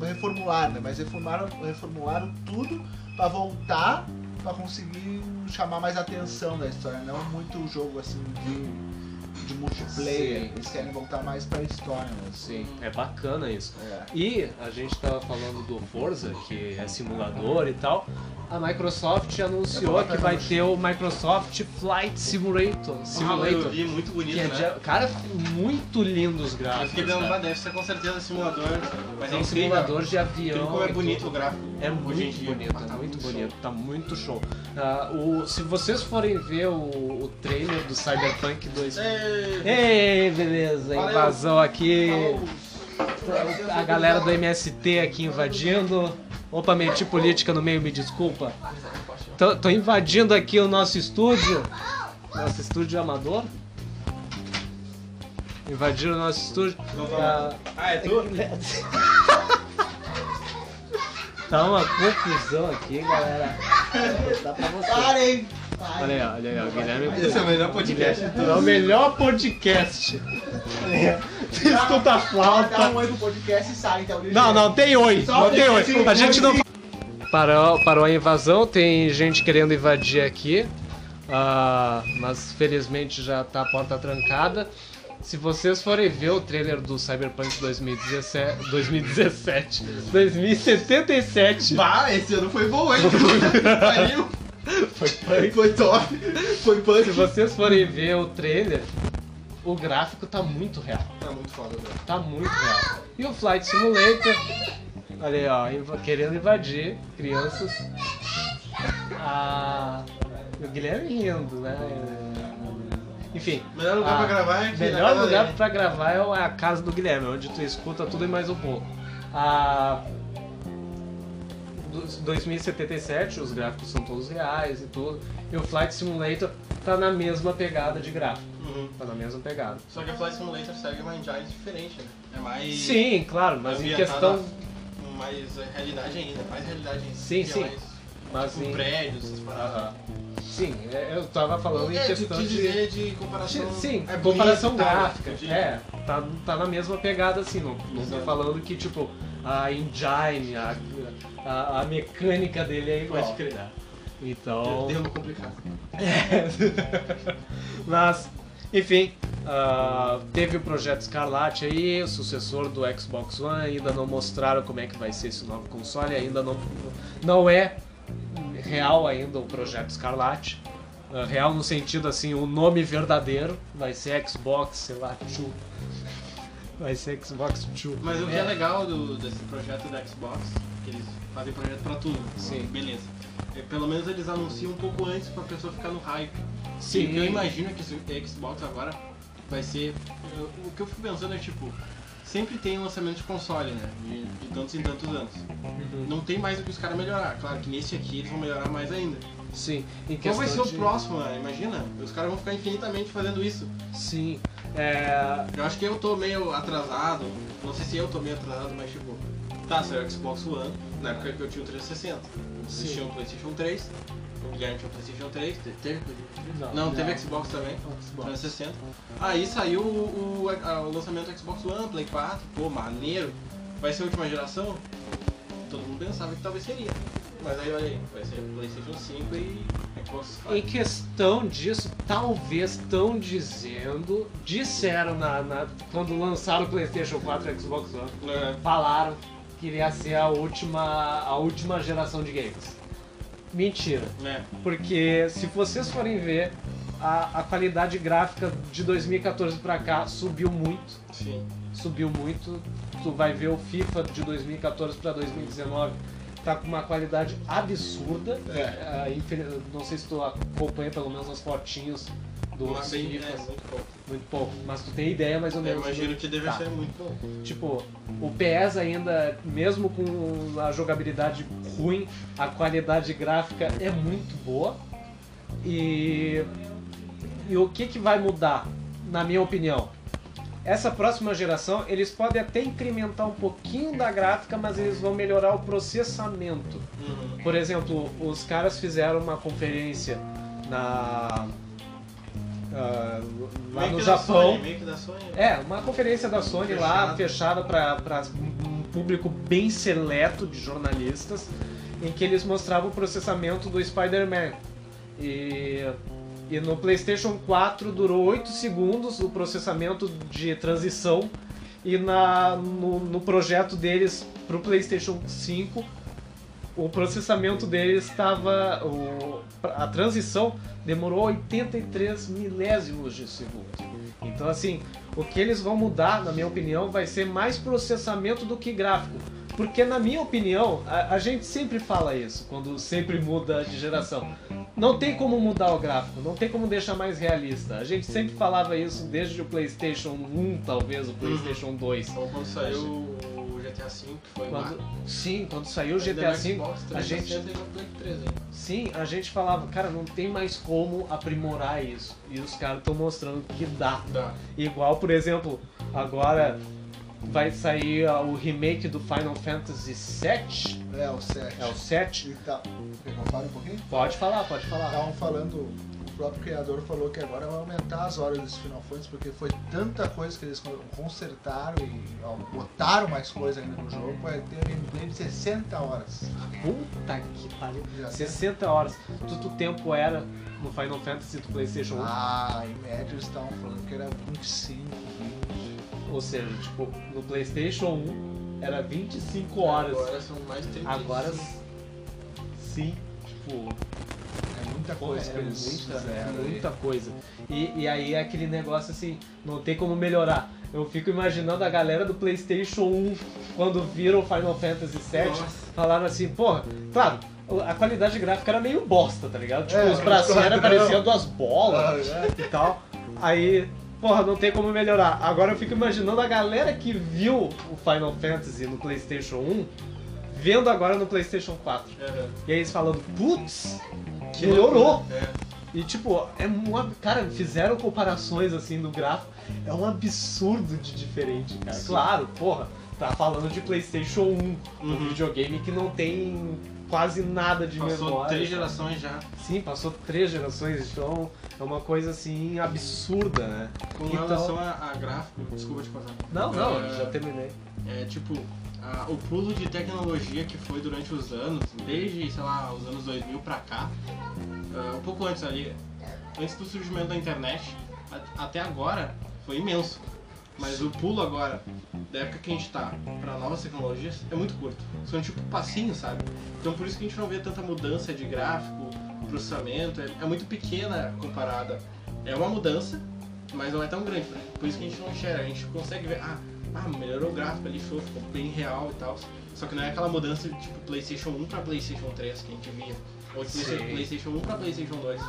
Speaker 2: reformularam, né? Mas reformularam, reformularam tudo pra voltar pra conseguir chamar mais atenção da história. Não muito o jogo assim de de multiplayer.
Speaker 1: Sim.
Speaker 2: Eles querem voltar mais pra história, né?
Speaker 1: Sim, é bacana isso.
Speaker 2: É.
Speaker 1: E a gente tava falando do Forza, que é simulador e tal. A Microsoft
Speaker 3: É
Speaker 1: anunciou que vai ter o Microsoft Flight Simulator.
Speaker 3: Simulator. Ah, Eu
Speaker 1: Simulator.
Speaker 3: vi muito bonito,
Speaker 1: Que é
Speaker 3: né? Ah,
Speaker 1: de- cara, muito lindo os
Speaker 3: Eu
Speaker 1: gráficos.
Speaker 3: fiquei pensando,
Speaker 1: cara.
Speaker 3: "Bah, deve ser com certeza simulador, mas
Speaker 1: É
Speaker 3: é
Speaker 1: um
Speaker 3: incrível.
Speaker 1: simulador de
Speaker 3: Incrível
Speaker 1: avião.
Speaker 3: como
Speaker 1: e
Speaker 3: é
Speaker 1: tudo.
Speaker 3: bonito o gráfico.
Speaker 1: É
Speaker 3: hoje em
Speaker 1: muito
Speaker 3: dia.
Speaker 1: bonito,
Speaker 3: Ah,
Speaker 1: é
Speaker 3: tá
Speaker 1: muito
Speaker 3: show.
Speaker 1: bonito, tá muito show. Ah, o, se vocês forem ver o, o trailer do Cyberpunk 2000.
Speaker 3: Ei,
Speaker 1: Ei, beleza,
Speaker 3: Valeu.
Speaker 1: invasão aqui.
Speaker 3: falou.
Speaker 1: A galera do MST aqui invadindo. Opa, meti política no meio, me desculpa. Tô, tô invadindo aqui o nosso estúdio. Nosso estúdio amador. Invadiram o nosso estúdio. Ah,
Speaker 3: Ah, é
Speaker 1: [laughs]
Speaker 3: tu?
Speaker 1: tá uma confusão aqui, galera. Dá pra você.
Speaker 2: Parem! Parem!
Speaker 1: Olha aí, olha aí, ó, Guilherme.
Speaker 3: Esse é o melhor podcast.
Speaker 1: É o melhor podcast.
Speaker 2: É.
Speaker 1: Escuta a
Speaker 2: Dá
Speaker 1: flauta.
Speaker 2: um oi pro podcast e sai, então.
Speaker 1: Não, não, tem oi.
Speaker 2: Só
Speaker 1: Não tem oi.
Speaker 2: tem
Speaker 1: A gente não. Parou, parou a invasão, tem gente querendo invadir aqui. ah, mas felizmente já tá a porta trancada. Se vocês forem ver o trailer do Cyberpunk 2017. 2017. 2077.
Speaker 3: Bah, esse ano foi
Speaker 1: [laughs]
Speaker 3: bom, hein? Pariu.
Speaker 1: Foi punk.
Speaker 3: Foi top. Foi
Speaker 1: Se
Speaker 3: punk.
Speaker 1: vocês forem ver o trailer, o gráfico tá muito real.
Speaker 3: Tá muito foda, velho.
Speaker 1: Tá muito real. E o Flight Simulator. Olha aí, ó, inv- querendo invadir crianças. Ah, e o Guilherme rindo, né? Enfim.
Speaker 3: Melhor lugar
Speaker 1: ah,
Speaker 3: pra gravar é aqui na
Speaker 1: Melhor
Speaker 3: casa
Speaker 1: lugar
Speaker 3: dele.
Speaker 1: pra gravar é a casa do Guilherme, onde tu escuta tudo e mais um pouco. Ah, dos 2077, os gráficos são todos reais e tudo. E o Flight Simulator tá na mesma pegada de gráfico.
Speaker 3: Uhum.
Speaker 1: Tá na mesma pegada.
Speaker 3: Só que a Flight Simulator segue uma engine diferente, né? É mais...
Speaker 1: Sim, claro, mas em
Speaker 3: ambientada
Speaker 1: questão.
Speaker 3: com mais eh, realidade ainda, mais realidade ainda.
Speaker 1: Sim,
Speaker 3: Que
Speaker 1: sim.
Speaker 3: É mais,
Speaker 1: Mas
Speaker 3: tipo,
Speaker 1: em...
Speaker 3: prédios, essas paradas.
Speaker 1: Aham. Sim, é, eu tava falando em
Speaker 3: É, de,
Speaker 1: questão
Speaker 3: de
Speaker 1: de.
Speaker 3: dizer de comparação.
Speaker 1: Sim,
Speaker 3: é
Speaker 1: comparação
Speaker 3: bonito, tá?
Speaker 1: gráfica.
Speaker 3: De-
Speaker 1: É, tá, tá na mesma pegada assim, não, não tô
Speaker 3: Exato.
Speaker 1: falando que tipo a engine, a, a, a mecânica dele é
Speaker 3: Pode
Speaker 1: igual.
Speaker 3: crer.
Speaker 1: Então.
Speaker 3: Termo complicado.
Speaker 1: [laughs] Mas, enfim, ah, teve o projeto Scarlatti aí, o sucessor do Xbox One, ainda não mostraram como é que vai ser esse novo console, ainda não, não é real ainda o projeto Scarlatti. Ah, real no sentido assim, o nome verdadeiro vai ser Xbox, sei lá, Two. [laughs] Vai ser Xbox Two.
Speaker 3: Mas o que é legal do- desse projeto da Xbox, que eles fazem projeto pra tudo. né?
Speaker 1: Sim.
Speaker 3: Beleza. É, Pelo menos eles anunciam um pouco antes pra pessoa ficar no hype. E O que eu
Speaker 1: Sim,
Speaker 3: imagino que esse Xbox agora vai ser. eu- O que eu fico pensando é tipo. Sempre tem um lançamento de console, né? De, de tantos em tantos anos.
Speaker 1: Uhum.
Speaker 3: Não tem mais o que os caras melhorar. Claro que nesse aqui eles vão melhorar mais ainda.
Speaker 1: sim. Em
Speaker 3: Qual vai ser
Speaker 1: questão
Speaker 3: o
Speaker 1: de-
Speaker 3: próximo, né? Imagina. Os caras vão ficar infinitamente fazendo isso.
Speaker 1: Sim. É,
Speaker 3: Eu acho que eu tô meio atrasado. Não sei se eu tô meio atrasado, mas tipo. Tá, saiu o Xbox One, na época que eu tinha o 360. Vocês
Speaker 1: Sim.
Speaker 3: tinham o PlayStation 3, o Guilherme tinha o PlayStation 3, te- teve PlayStation
Speaker 1: não.
Speaker 3: Não, teve Xbox também.
Speaker 2: Xbox.
Speaker 3: 360. Aí saiu o, o- a- o lançamento do Xbox One, Play 4, pô, maneiro. Vai ser a última geração? Todo mundo pensava que talvez seria. Mas aí olha aí, vai ser Playstation 5 e Xbox 4.
Speaker 1: Em questão disso, talvez estão dizendo, disseram na, na- quando lançaram o PlayStation 4 e o Xbox One,
Speaker 3: É.
Speaker 1: falaram que iria ser a última, a última geração de games. Mentira,
Speaker 3: Né?
Speaker 1: porque se vocês forem ver, a, a qualidade gráfica de 2014 pra cá subiu muito,
Speaker 3: Sim.
Speaker 1: subiu muito. Tu vai ver o FIFA de 2014 pra 2019, tá com uma qualidade absurda.
Speaker 2: É.
Speaker 1: Ah, infel- não sei se tu acompanha pelo menos as fotinhas do
Speaker 3: Mas aí, é,
Speaker 1: FIFA,
Speaker 3: muito pouco.
Speaker 1: muito pouco, mas tu tem ideia mais ou
Speaker 3: Eu
Speaker 1: menos.
Speaker 3: imagino que deve
Speaker 1: Tá.
Speaker 3: ser muito pouco.
Speaker 1: Tipo, o PS ainda, mesmo com a jogabilidade ruim, a qualidade gráfica é muito boa. E, e o que, que vai mudar, na minha opinião? Essa próxima geração, eles podem até incrementar um pouquinho da gráfica, mas eles vão melhorar o processamento.
Speaker 3: Uhum.
Speaker 1: Por exemplo, os caras fizeram uma conferência na ah, lá
Speaker 3: Meio
Speaker 1: no
Speaker 3: que da
Speaker 1: Japão.
Speaker 3: Sony, meio que da Sony.
Speaker 1: É, uma conferência da Sony lá,
Speaker 3: Fechada.
Speaker 1: fechada para um público bem seleto de jornalistas, em que eles mostravam o processamento do Spider-Man. E E no PlayStation 4 durou 8 segundos o processamento de transição. E na, no, no projeto deles pro PlayStation 5, o processamento deles estava. o- A transição demorou 83 milésimos de segundo. Então, assim, o que eles vão mudar, na minha opinião, vai ser mais processamento do que gráfico. Porque, na minha opinião, a, a gente sempre fala isso quando sempre muda de geração. Não tem como mudar o gráfico, não tem como deixar mais realista. A gente sempre falava isso desde o PlayStation 1, talvez, o PlayStation 2.
Speaker 3: Então quando saiu o GTA V, que foi
Speaker 1: Quando-
Speaker 3: lá.
Speaker 1: sim, quando saiu o
Speaker 3: Ainda
Speaker 1: GTA
Speaker 3: no
Speaker 1: V,
Speaker 3: Xbox
Speaker 1: a gente
Speaker 3: 360 e no Play 3 ainda.
Speaker 1: Sim, a gente falava, cara, não tem mais como aprimorar isso. E os caras estão mostrando que dá.
Speaker 3: Dá.
Speaker 1: Igual, por exemplo, agora vai sair ah, o remake do Final Fantasy VII.
Speaker 2: É, o 7.
Speaker 1: É o 7?
Speaker 2: Então, quer que eu fale um pouquinho?
Speaker 1: Pode falar, pode falar.
Speaker 2: Estavam falando, o próprio criador falou que agora vai aumentar as horas dos Final Fantasy, porque foi tanta coisa que eles consertaram e ó, botaram mais coisa ainda no jogo, vai ter um gameplay de 60 horas.
Speaker 1: Puta que pariu.
Speaker 2: Já
Speaker 1: 60 horas. Quanto tempo era no Final Fantasy do PlayStation 1?
Speaker 2: Ah, em média eles estavam falando que era 25, 20.
Speaker 1: Ou seja, tipo, no PlayStation 1 era 25 horas.
Speaker 3: Agora são mais 30.
Speaker 1: Agora sim, tipo,
Speaker 2: É muita
Speaker 1: Porra,
Speaker 2: coisa
Speaker 1: é
Speaker 2: que eles
Speaker 1: muita,
Speaker 2: fizeram.
Speaker 1: é
Speaker 2: aí.
Speaker 1: muita coisa. E, e aí é aquele negócio assim, não tem como melhorar. Eu fico imaginando a galera do Playstation 1 quando viram o Final Fantasy VII, falaram assim, porra, claro, a qualidade gráfica era meio bosta, tá ligado? Tipo,
Speaker 2: É,
Speaker 1: os bracinhos
Speaker 2: [laughs]
Speaker 1: eram
Speaker 2: padrão.
Speaker 1: parecendo as
Speaker 2: Ah,
Speaker 1: bolas
Speaker 2: é.
Speaker 1: e tal. Aí, porra, não tem como melhorar. Agora eu fico imaginando a galera que viu o Final Fantasy no Playstation 1, vendo agora no Playstation 4.
Speaker 3: É,
Speaker 1: E aí eles falando, putz, melhorou!
Speaker 3: É.
Speaker 1: E tipo, é um. ab- Cara, fizeram comparações assim do gráfico. É um absurdo de diferente, cara.
Speaker 3: Sim.
Speaker 1: Claro, porra, tá falando de Playstation 1, um
Speaker 3: Uhum.
Speaker 1: videogame que não tem quase nada de
Speaker 3: Passou
Speaker 1: memória.
Speaker 3: três gerações já.
Speaker 1: Sim, passou três gerações, então é uma coisa assim absurda, né?
Speaker 3: Com
Speaker 1: Então-
Speaker 3: relação a, a gráfico, desculpa te cortar.
Speaker 1: Não, não,
Speaker 3: É.
Speaker 1: já terminei.
Speaker 3: É tipo, a- o pulo de tecnologia que foi durante os anos, desde, sei lá, os anos 2000 pra cá, ah, um pouco antes ali, antes do surgimento da internet, a- até agora, foi imenso. Mas o pulo agora, da época que a gente tá pra novas tecnologias, é muito curto. São tipo passinhos, sabe? Então por isso que a gente não vê tanta mudança de gráfico, processamento, é, é muito pequena comparada. É uma mudança, mas não é tão grande, né? Por isso que a gente não enxerga, a gente consegue ver, ah, ah, melhorou o gráfico ali, show, ficou bem real e tal. Só que não é aquela mudança de tipo Playstation 1 pra Playstation 3 que a gente via. Ou de
Speaker 1: Sim.
Speaker 3: Playstation 1 pra Playstation 2.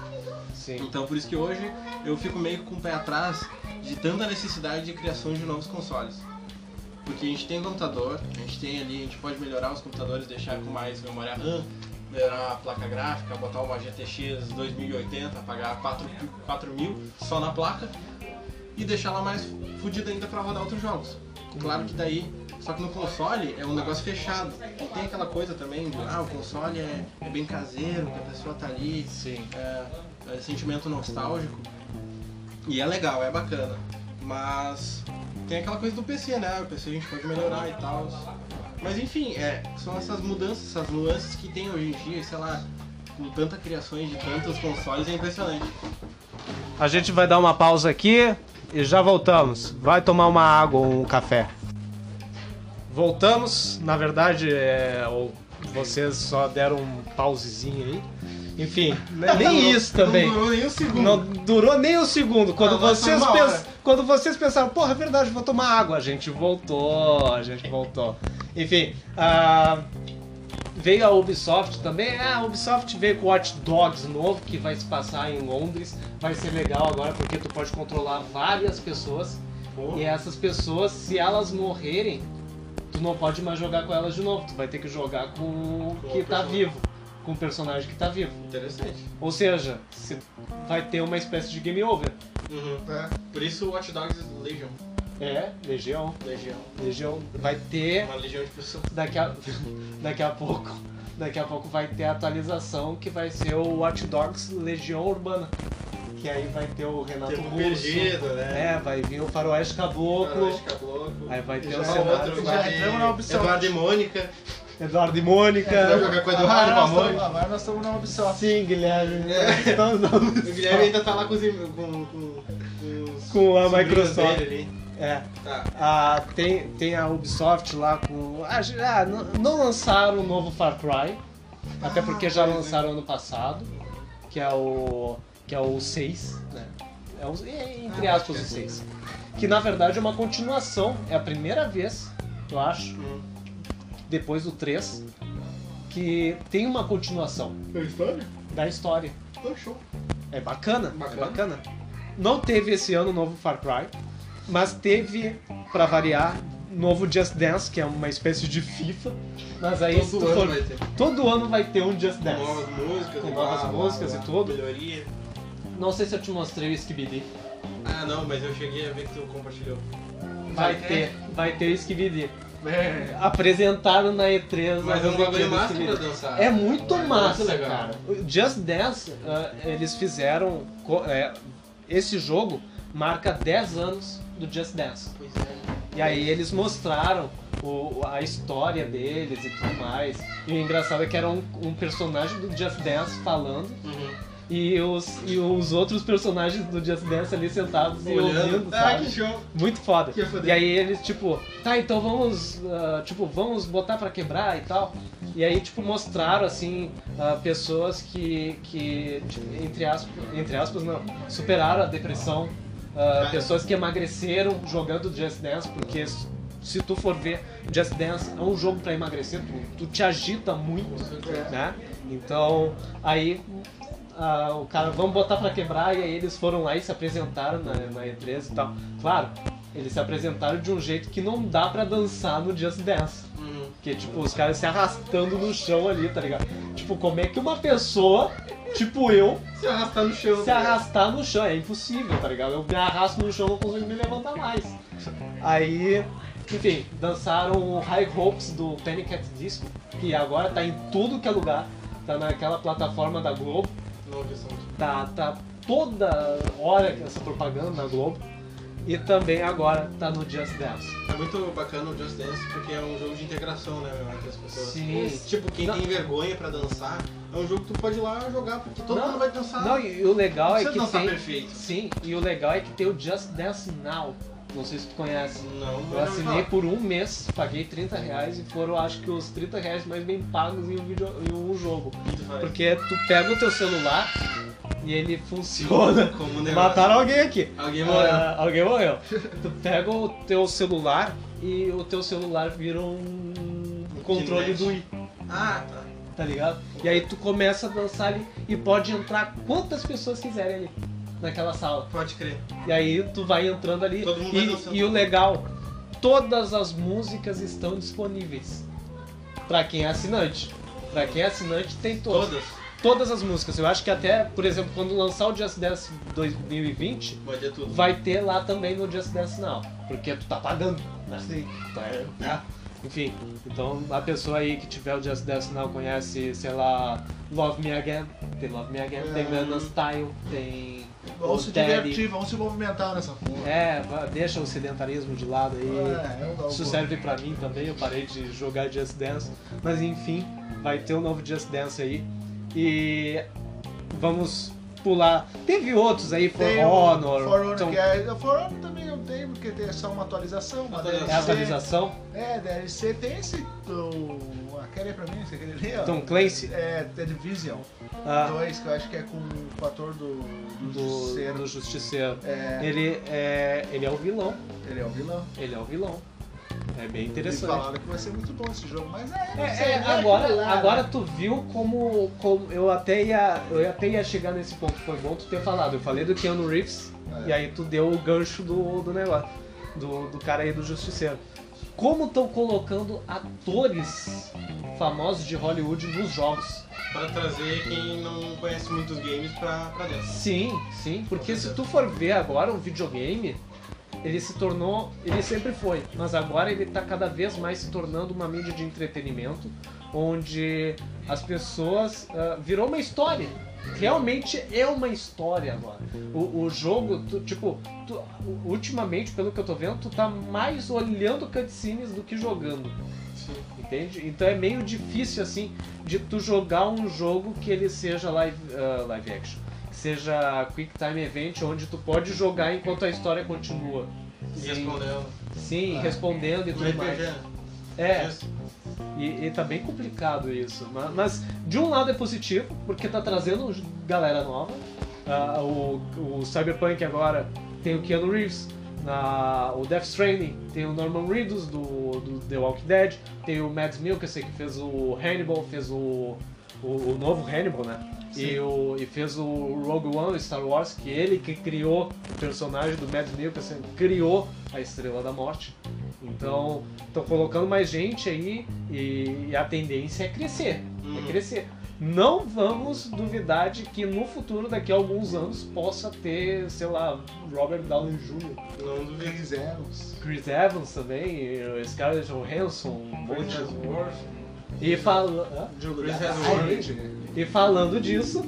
Speaker 1: Sim.
Speaker 3: Então por isso que hoje eu fico meio com o pé atrás de tanta necessidade de criação de novos consoles. Porque a gente tem computador, a gente tem ali, a gente pode melhorar os computadores, deixar com mais memória RAM, melhorar a placa gráfica, botar uma GTX 2080, pagar 4, 4 mil só na placa e deixar ela mais fodida ainda pra rodar outros jogos. Claro que daí, só que no console é um negócio fechado. Tem aquela coisa também de, ah, o console é, é bem caseiro, que a pessoa tá ali
Speaker 1: Sim.
Speaker 3: é, é, sentimento nostálgico. E é legal, é bacana. Mas tem aquela coisa do PC, né? O PC a gente pode melhorar e tal. Mas enfim, é, são essas mudanças, essas nuances que tem hoje em dia, sei lá, com tanta criações de tantos consoles, é impressionante.
Speaker 1: A gente vai dar uma pausa aqui e já voltamos. Vai tomar uma água ou um café. Voltamos, na verdade, é, ou vocês só deram um pausezinho aí.
Speaker 3: [laughs]
Speaker 1: Enfim, nem isso também.
Speaker 3: Não durou nem um segundo.
Speaker 1: Não durou nem um segundo. Quando
Speaker 3: Não, mas
Speaker 1: vocês,
Speaker 3: foi uma
Speaker 1: pens-
Speaker 3: hora.
Speaker 1: quando vocês pensaram, porra, é verdade, vou tomar água. A gente voltou, a gente voltou. Enfim, ah, veio a Ubisoft também. Ah, a Ubisoft veio com o Watch Dogs novo, que vai se passar em Londres. Vai ser legal agora, porque tu pode controlar várias pessoas.
Speaker 3: Pô,
Speaker 1: E é essas pessoas, se elas morrerem, tu não pode mais jogar com elas de novo. Tu vai ter que jogar com o
Speaker 3: Com o
Speaker 1: que tá
Speaker 3: personagem.
Speaker 1: vivo. Com o personagem que tá vivo.
Speaker 3: Interessante.
Speaker 1: Ou seja, se vai ter uma espécie de game over.
Speaker 3: Uhum.
Speaker 2: É.
Speaker 3: Por isso o Watch Dogs Legion.
Speaker 1: É, Legião.
Speaker 3: Legião.
Speaker 1: Legião vai ter
Speaker 3: É Uma legião de pessoas.
Speaker 1: daqui a, [laughs] daqui a pouco. Daqui a pouco vai ter a atualização que vai ser o Watch Dogs Legião Urbana. Que aí vai ter o Renato
Speaker 3: Tempo
Speaker 1: Russo.
Speaker 3: perdido, né?
Speaker 1: É, vai vir o Faroeste
Speaker 3: Ah,
Speaker 1: Caboclo.
Speaker 3: Chica Bloco.
Speaker 1: Aí vai ter um
Speaker 2: Já
Speaker 1: o
Speaker 2: é
Speaker 1: Senado.
Speaker 2: outro,
Speaker 1: vai-
Speaker 2: já entramos na opção.
Speaker 3: Eduardo e Mônica.
Speaker 1: Eduardo e Mônica.
Speaker 3: jogar com o
Speaker 2: Agora
Speaker 3: Eduardo,
Speaker 2: nós
Speaker 3: Mamone.
Speaker 2: estamos- agora nós estamos na Ubisoft.
Speaker 1: Sim, Guilherme.
Speaker 3: É.
Speaker 1: Então, Estamos na
Speaker 3: O Guilherme ainda tá lá com os. im- Com, com, com os
Speaker 1: Com a
Speaker 3: sobrinhos
Speaker 1: Microsoft.
Speaker 3: dele
Speaker 1: [laughs]
Speaker 3: ali.
Speaker 1: É.
Speaker 3: Tá.
Speaker 1: Ah, tem, tem a Ubisoft lá com. Ah, já- ah, n- não lançaram o novo Far Cry. Até porque já
Speaker 3: pois é.
Speaker 1: lançaram ano passado, que é o. que é o 6, né? É o, é, entre
Speaker 3: Ah,
Speaker 1: aspas
Speaker 3: acho
Speaker 1: o
Speaker 3: que é
Speaker 1: 6. Que na verdade é uma continuação. É a primeira vez, eu acho,
Speaker 3: Hum.
Speaker 1: depois do 3, que tem uma continuação da É história.
Speaker 3: Então, show.
Speaker 1: É bacana,
Speaker 3: Bacana.
Speaker 1: é bacana. Não teve esse ano o novo Far Cry, mas teve, pra variar, novo Just Dance, que é uma espécie de FIFA. Mas aí se tu
Speaker 3: Todo ano
Speaker 1: for-
Speaker 3: É vai ter.
Speaker 1: todo ano vai ter um Just
Speaker 3: Com
Speaker 1: Dance.
Speaker 3: novas músicas,
Speaker 1: Com
Speaker 3: e
Speaker 1: novas
Speaker 3: blá, blá,
Speaker 1: músicas
Speaker 3: blá,
Speaker 1: e tudo.
Speaker 3: Melhoria.
Speaker 1: Não sei se eu te mostrei o Skibidi.
Speaker 3: Ah, não, mas eu cheguei a ver que tu compartilhou.
Speaker 1: Vai
Speaker 3: Vai
Speaker 1: ter,
Speaker 3: ter.
Speaker 1: vai ter o Skibidi. Apresentaram na E3
Speaker 3: Mas é um
Speaker 1: apresentando
Speaker 3: bagulho
Speaker 1: o
Speaker 3: massa
Speaker 1: Skibidi.
Speaker 3: pra dançar.
Speaker 1: É muito massa,
Speaker 3: legal.
Speaker 1: cara. O Just Dance, ah, eles fizeram. co- é, esse jogo marca 10 anos do Just Dance.
Speaker 3: Pois é.
Speaker 1: E aí eles mostraram o- a história deles e tudo mais. E o engraçado é que era um, um personagem do Just Dance falando
Speaker 3: Uhum.
Speaker 1: e os, e os outros personagens do Just Dance ali sentados e ouvindo,
Speaker 3: Olhando. Ah, que
Speaker 1: sabe?
Speaker 3: show.
Speaker 1: Muito foda.
Speaker 3: Que foda.
Speaker 1: E aí eles, tipo, tá, então vamos, ah, tipo, vamos botar pra quebrar e tal. E aí, tipo, mostraram, assim, ah, pessoas que, que tipo, entre, aspas, entre aspas, não, superaram a depressão. ah, pessoas que emagreceram jogando Just Dance, porque se- se tu for ver, Just Dance é um jogo pra emagrecer, tu, tu te agita muito, né? Então, aí... ah, o cara, vamos botar pra quebrar, e aí eles foram lá e se apresentaram na, na E3 e tal. Claro, eles se apresentaram de um jeito que não dá pra dançar no Just Dance.
Speaker 3: Uhum.
Speaker 1: Porque, tipo, os caras se arrastando no chão ali, tá ligado? Tipo, como é que uma pessoa, tipo eu,
Speaker 3: Se arrastar no chão.
Speaker 1: se arrastar no chão? É impossível, tá ligado? Eu me arrasto no chão, não consigo me levantar mais. Aí, enfim, dançaram o High Hopes do Panic! At the Disco, que agora tá em tudo que é lugar. Tá naquela plataforma da Globo,
Speaker 3: Não, ouvi o som.
Speaker 1: tá, tá toda hora essa propaganda na Globo. E também agora tá no Just Dance.
Speaker 3: É muito bacana o Just Dance porque é um jogo de integração, né, meu, entre as pessoas.
Speaker 1: Sim.
Speaker 3: Tipo, quem
Speaker 1: Não.
Speaker 3: tem vergonha pra dançar, é um jogo que tu pode ir lá jogar, porque todo
Speaker 1: Não.
Speaker 3: mundo vai dançar.
Speaker 1: Não, e o legal
Speaker 3: Não
Speaker 1: é
Speaker 3: precisa
Speaker 1: que
Speaker 3: dançar
Speaker 1: tem...
Speaker 3: perfeito.
Speaker 1: Sim, e o legal é que tem o Just Dance Now. Não sei se tu conhece.
Speaker 3: Não, tá. mas
Speaker 1: Eu
Speaker 3: já ouvi
Speaker 1: assinei
Speaker 3: falar.
Speaker 1: por um mês, paguei 30 reais e foram acho que os 30 reais mais bem pagos em um, vídeo, em um jogo.
Speaker 3: E tu faz?
Speaker 1: Porque tu pega o teu celular e ele funciona.
Speaker 3: Como um negócio.
Speaker 1: Mataram alguém aqui.
Speaker 3: Alguém morreu.
Speaker 1: Ah, alguém morreu. tu pega o teu celular e o teu celular vira um controle do Wii
Speaker 3: Ah, tá.
Speaker 1: tá ligado? E aí tu começa a dançar ali e pode entrar quantas pessoas quiserem ali naquela sala.
Speaker 3: Pode crer.
Speaker 1: E aí tu vai entrando ali
Speaker 3: Todo mundo vai dançando.
Speaker 1: e, e o legal, todas as músicas estão disponíveis Pra quem é assinante. Pra quem é assinante tem todas.
Speaker 3: Todas.
Speaker 1: Todas as músicas. Eu acho que até, por exemplo, quando lançar o Just Dance 2020,
Speaker 3: Pode ter tudo.
Speaker 1: vai ter lá também no Just Dance Now, porque tu tá pagando, né? Sim. Enfim, então a pessoa aí que tiver o Just Dance Now conhece, sei lá, Love Me Again, tem Love Me Again, tem
Speaker 2: É.
Speaker 1: Gangnam Style, tem...
Speaker 2: Vamos se
Speaker 1: Old Daddy.
Speaker 2: divertir, vamos se movimentar nessa porra.
Speaker 1: É, va- deixa o sedentarismo de lado aí.
Speaker 2: É, eu não
Speaker 1: Isso
Speaker 2: vou.
Speaker 1: serve pra mim também, eu parei de jogar Just Dance, mas enfim, vai ter um novo Just Dance aí. E vamos pular. Teve outros aí, For
Speaker 2: Tem o
Speaker 1: Honor,
Speaker 2: For Honor,
Speaker 1: então,
Speaker 2: que é, o For Honor também não tem, porque tem só uma atualização, uma
Speaker 3: Atualização.
Speaker 2: DLC.
Speaker 1: é a atualização.
Speaker 2: É, DLC tem esse. O, aquele aí pra mim, você quer ler? ó?
Speaker 1: Tom Clancy,
Speaker 2: É, The Division
Speaker 1: Então. ah,
Speaker 2: 2, que eu acho que é com o ator do.
Speaker 1: do,
Speaker 2: É, Justiceiro.
Speaker 1: do Justiceiro.
Speaker 2: É,
Speaker 1: Ele é, ele é o vilão.
Speaker 2: ele é o vilão.
Speaker 1: Ele é o vilão. É bem
Speaker 2: Eles
Speaker 1: interessante.
Speaker 2: falaram que vai ser muito bom esse jogo, mas é.
Speaker 1: É,
Speaker 2: não sei,
Speaker 1: é,
Speaker 2: né, aquilo
Speaker 1: agora,
Speaker 2: lá,
Speaker 1: agora
Speaker 2: né?
Speaker 1: tu viu como, como eu até ia eu até ia chegar nesse ponto. Foi bom tu ter falado. Eu falei do Keanu Reeves
Speaker 2: É.
Speaker 1: e aí tu deu o gancho do, do negócio do, do cara aí do Justiceiro. Como estão colocando atores famosos de Hollywood nos jogos?
Speaker 3: Pra trazer quem não conhece muitos games pra, pra dentro.
Speaker 1: Sim, sim, porque
Speaker 3: Com
Speaker 1: se
Speaker 3: certeza.
Speaker 1: tu for ver agora o videogame, ele se tornou, ele sempre foi, mas agora ele tá cada vez mais se tornando uma mídia de entretenimento, onde as pessoas ah, virou uma história. Realmente é uma história agora. O, o jogo, tu- tipo, tu- ultimamente, pelo que eu tô vendo, tu tá mais olhando cutscenes do que jogando.
Speaker 3: Sim.
Speaker 1: Entende? Então é meio difícil assim de tu jogar um jogo que ele seja live, ah, live action. Que seja Quick Time Event, onde tu pode jogar enquanto a história continua.
Speaker 3: E
Speaker 1: Sim.
Speaker 3: respondendo.
Speaker 1: Sim,
Speaker 3: É.
Speaker 1: respondendo e
Speaker 3: Um
Speaker 1: tudo mais.
Speaker 3: RPG, né?
Speaker 1: É,
Speaker 3: Isso.
Speaker 1: e, e tá bem complicado isso. ma- Mas, de um lado é positivo, porque tá trazendo j- galera nova. Ah, o, o Cyberpunk agora tem o Keanu Reeves. Na, o Death Stranding tem o Norman Reedus do, do The Walking Dead. Tem o Mads Mikkelsen que fez o Hannibal, fez o, o, o novo Hannibal, né? E, o, e fez o Rogue One, Star Wars, que ele que criou o personagem do Mads Mikkelsen, criou a Estrela da Morte. Então, estão colocando mais gente aí e, e a tendência é crescer. É
Speaker 3: Uhum.
Speaker 1: crescer. Não vamos duvidar de que no futuro, daqui a alguns anos, possa ter, sei lá, Robert Downey Jr.,
Speaker 3: Não duvido.
Speaker 2: Chris Evans.
Speaker 1: Chris Evans também, e Scarlett Johansson, um monte
Speaker 3: Chris
Speaker 2: é.
Speaker 1: de...
Speaker 3: Hemsworth.
Speaker 1: E, fala- hã?
Speaker 3: Chris
Speaker 2: Ai,
Speaker 3: Hemsworth.
Speaker 2: gente.
Speaker 1: e falando disso,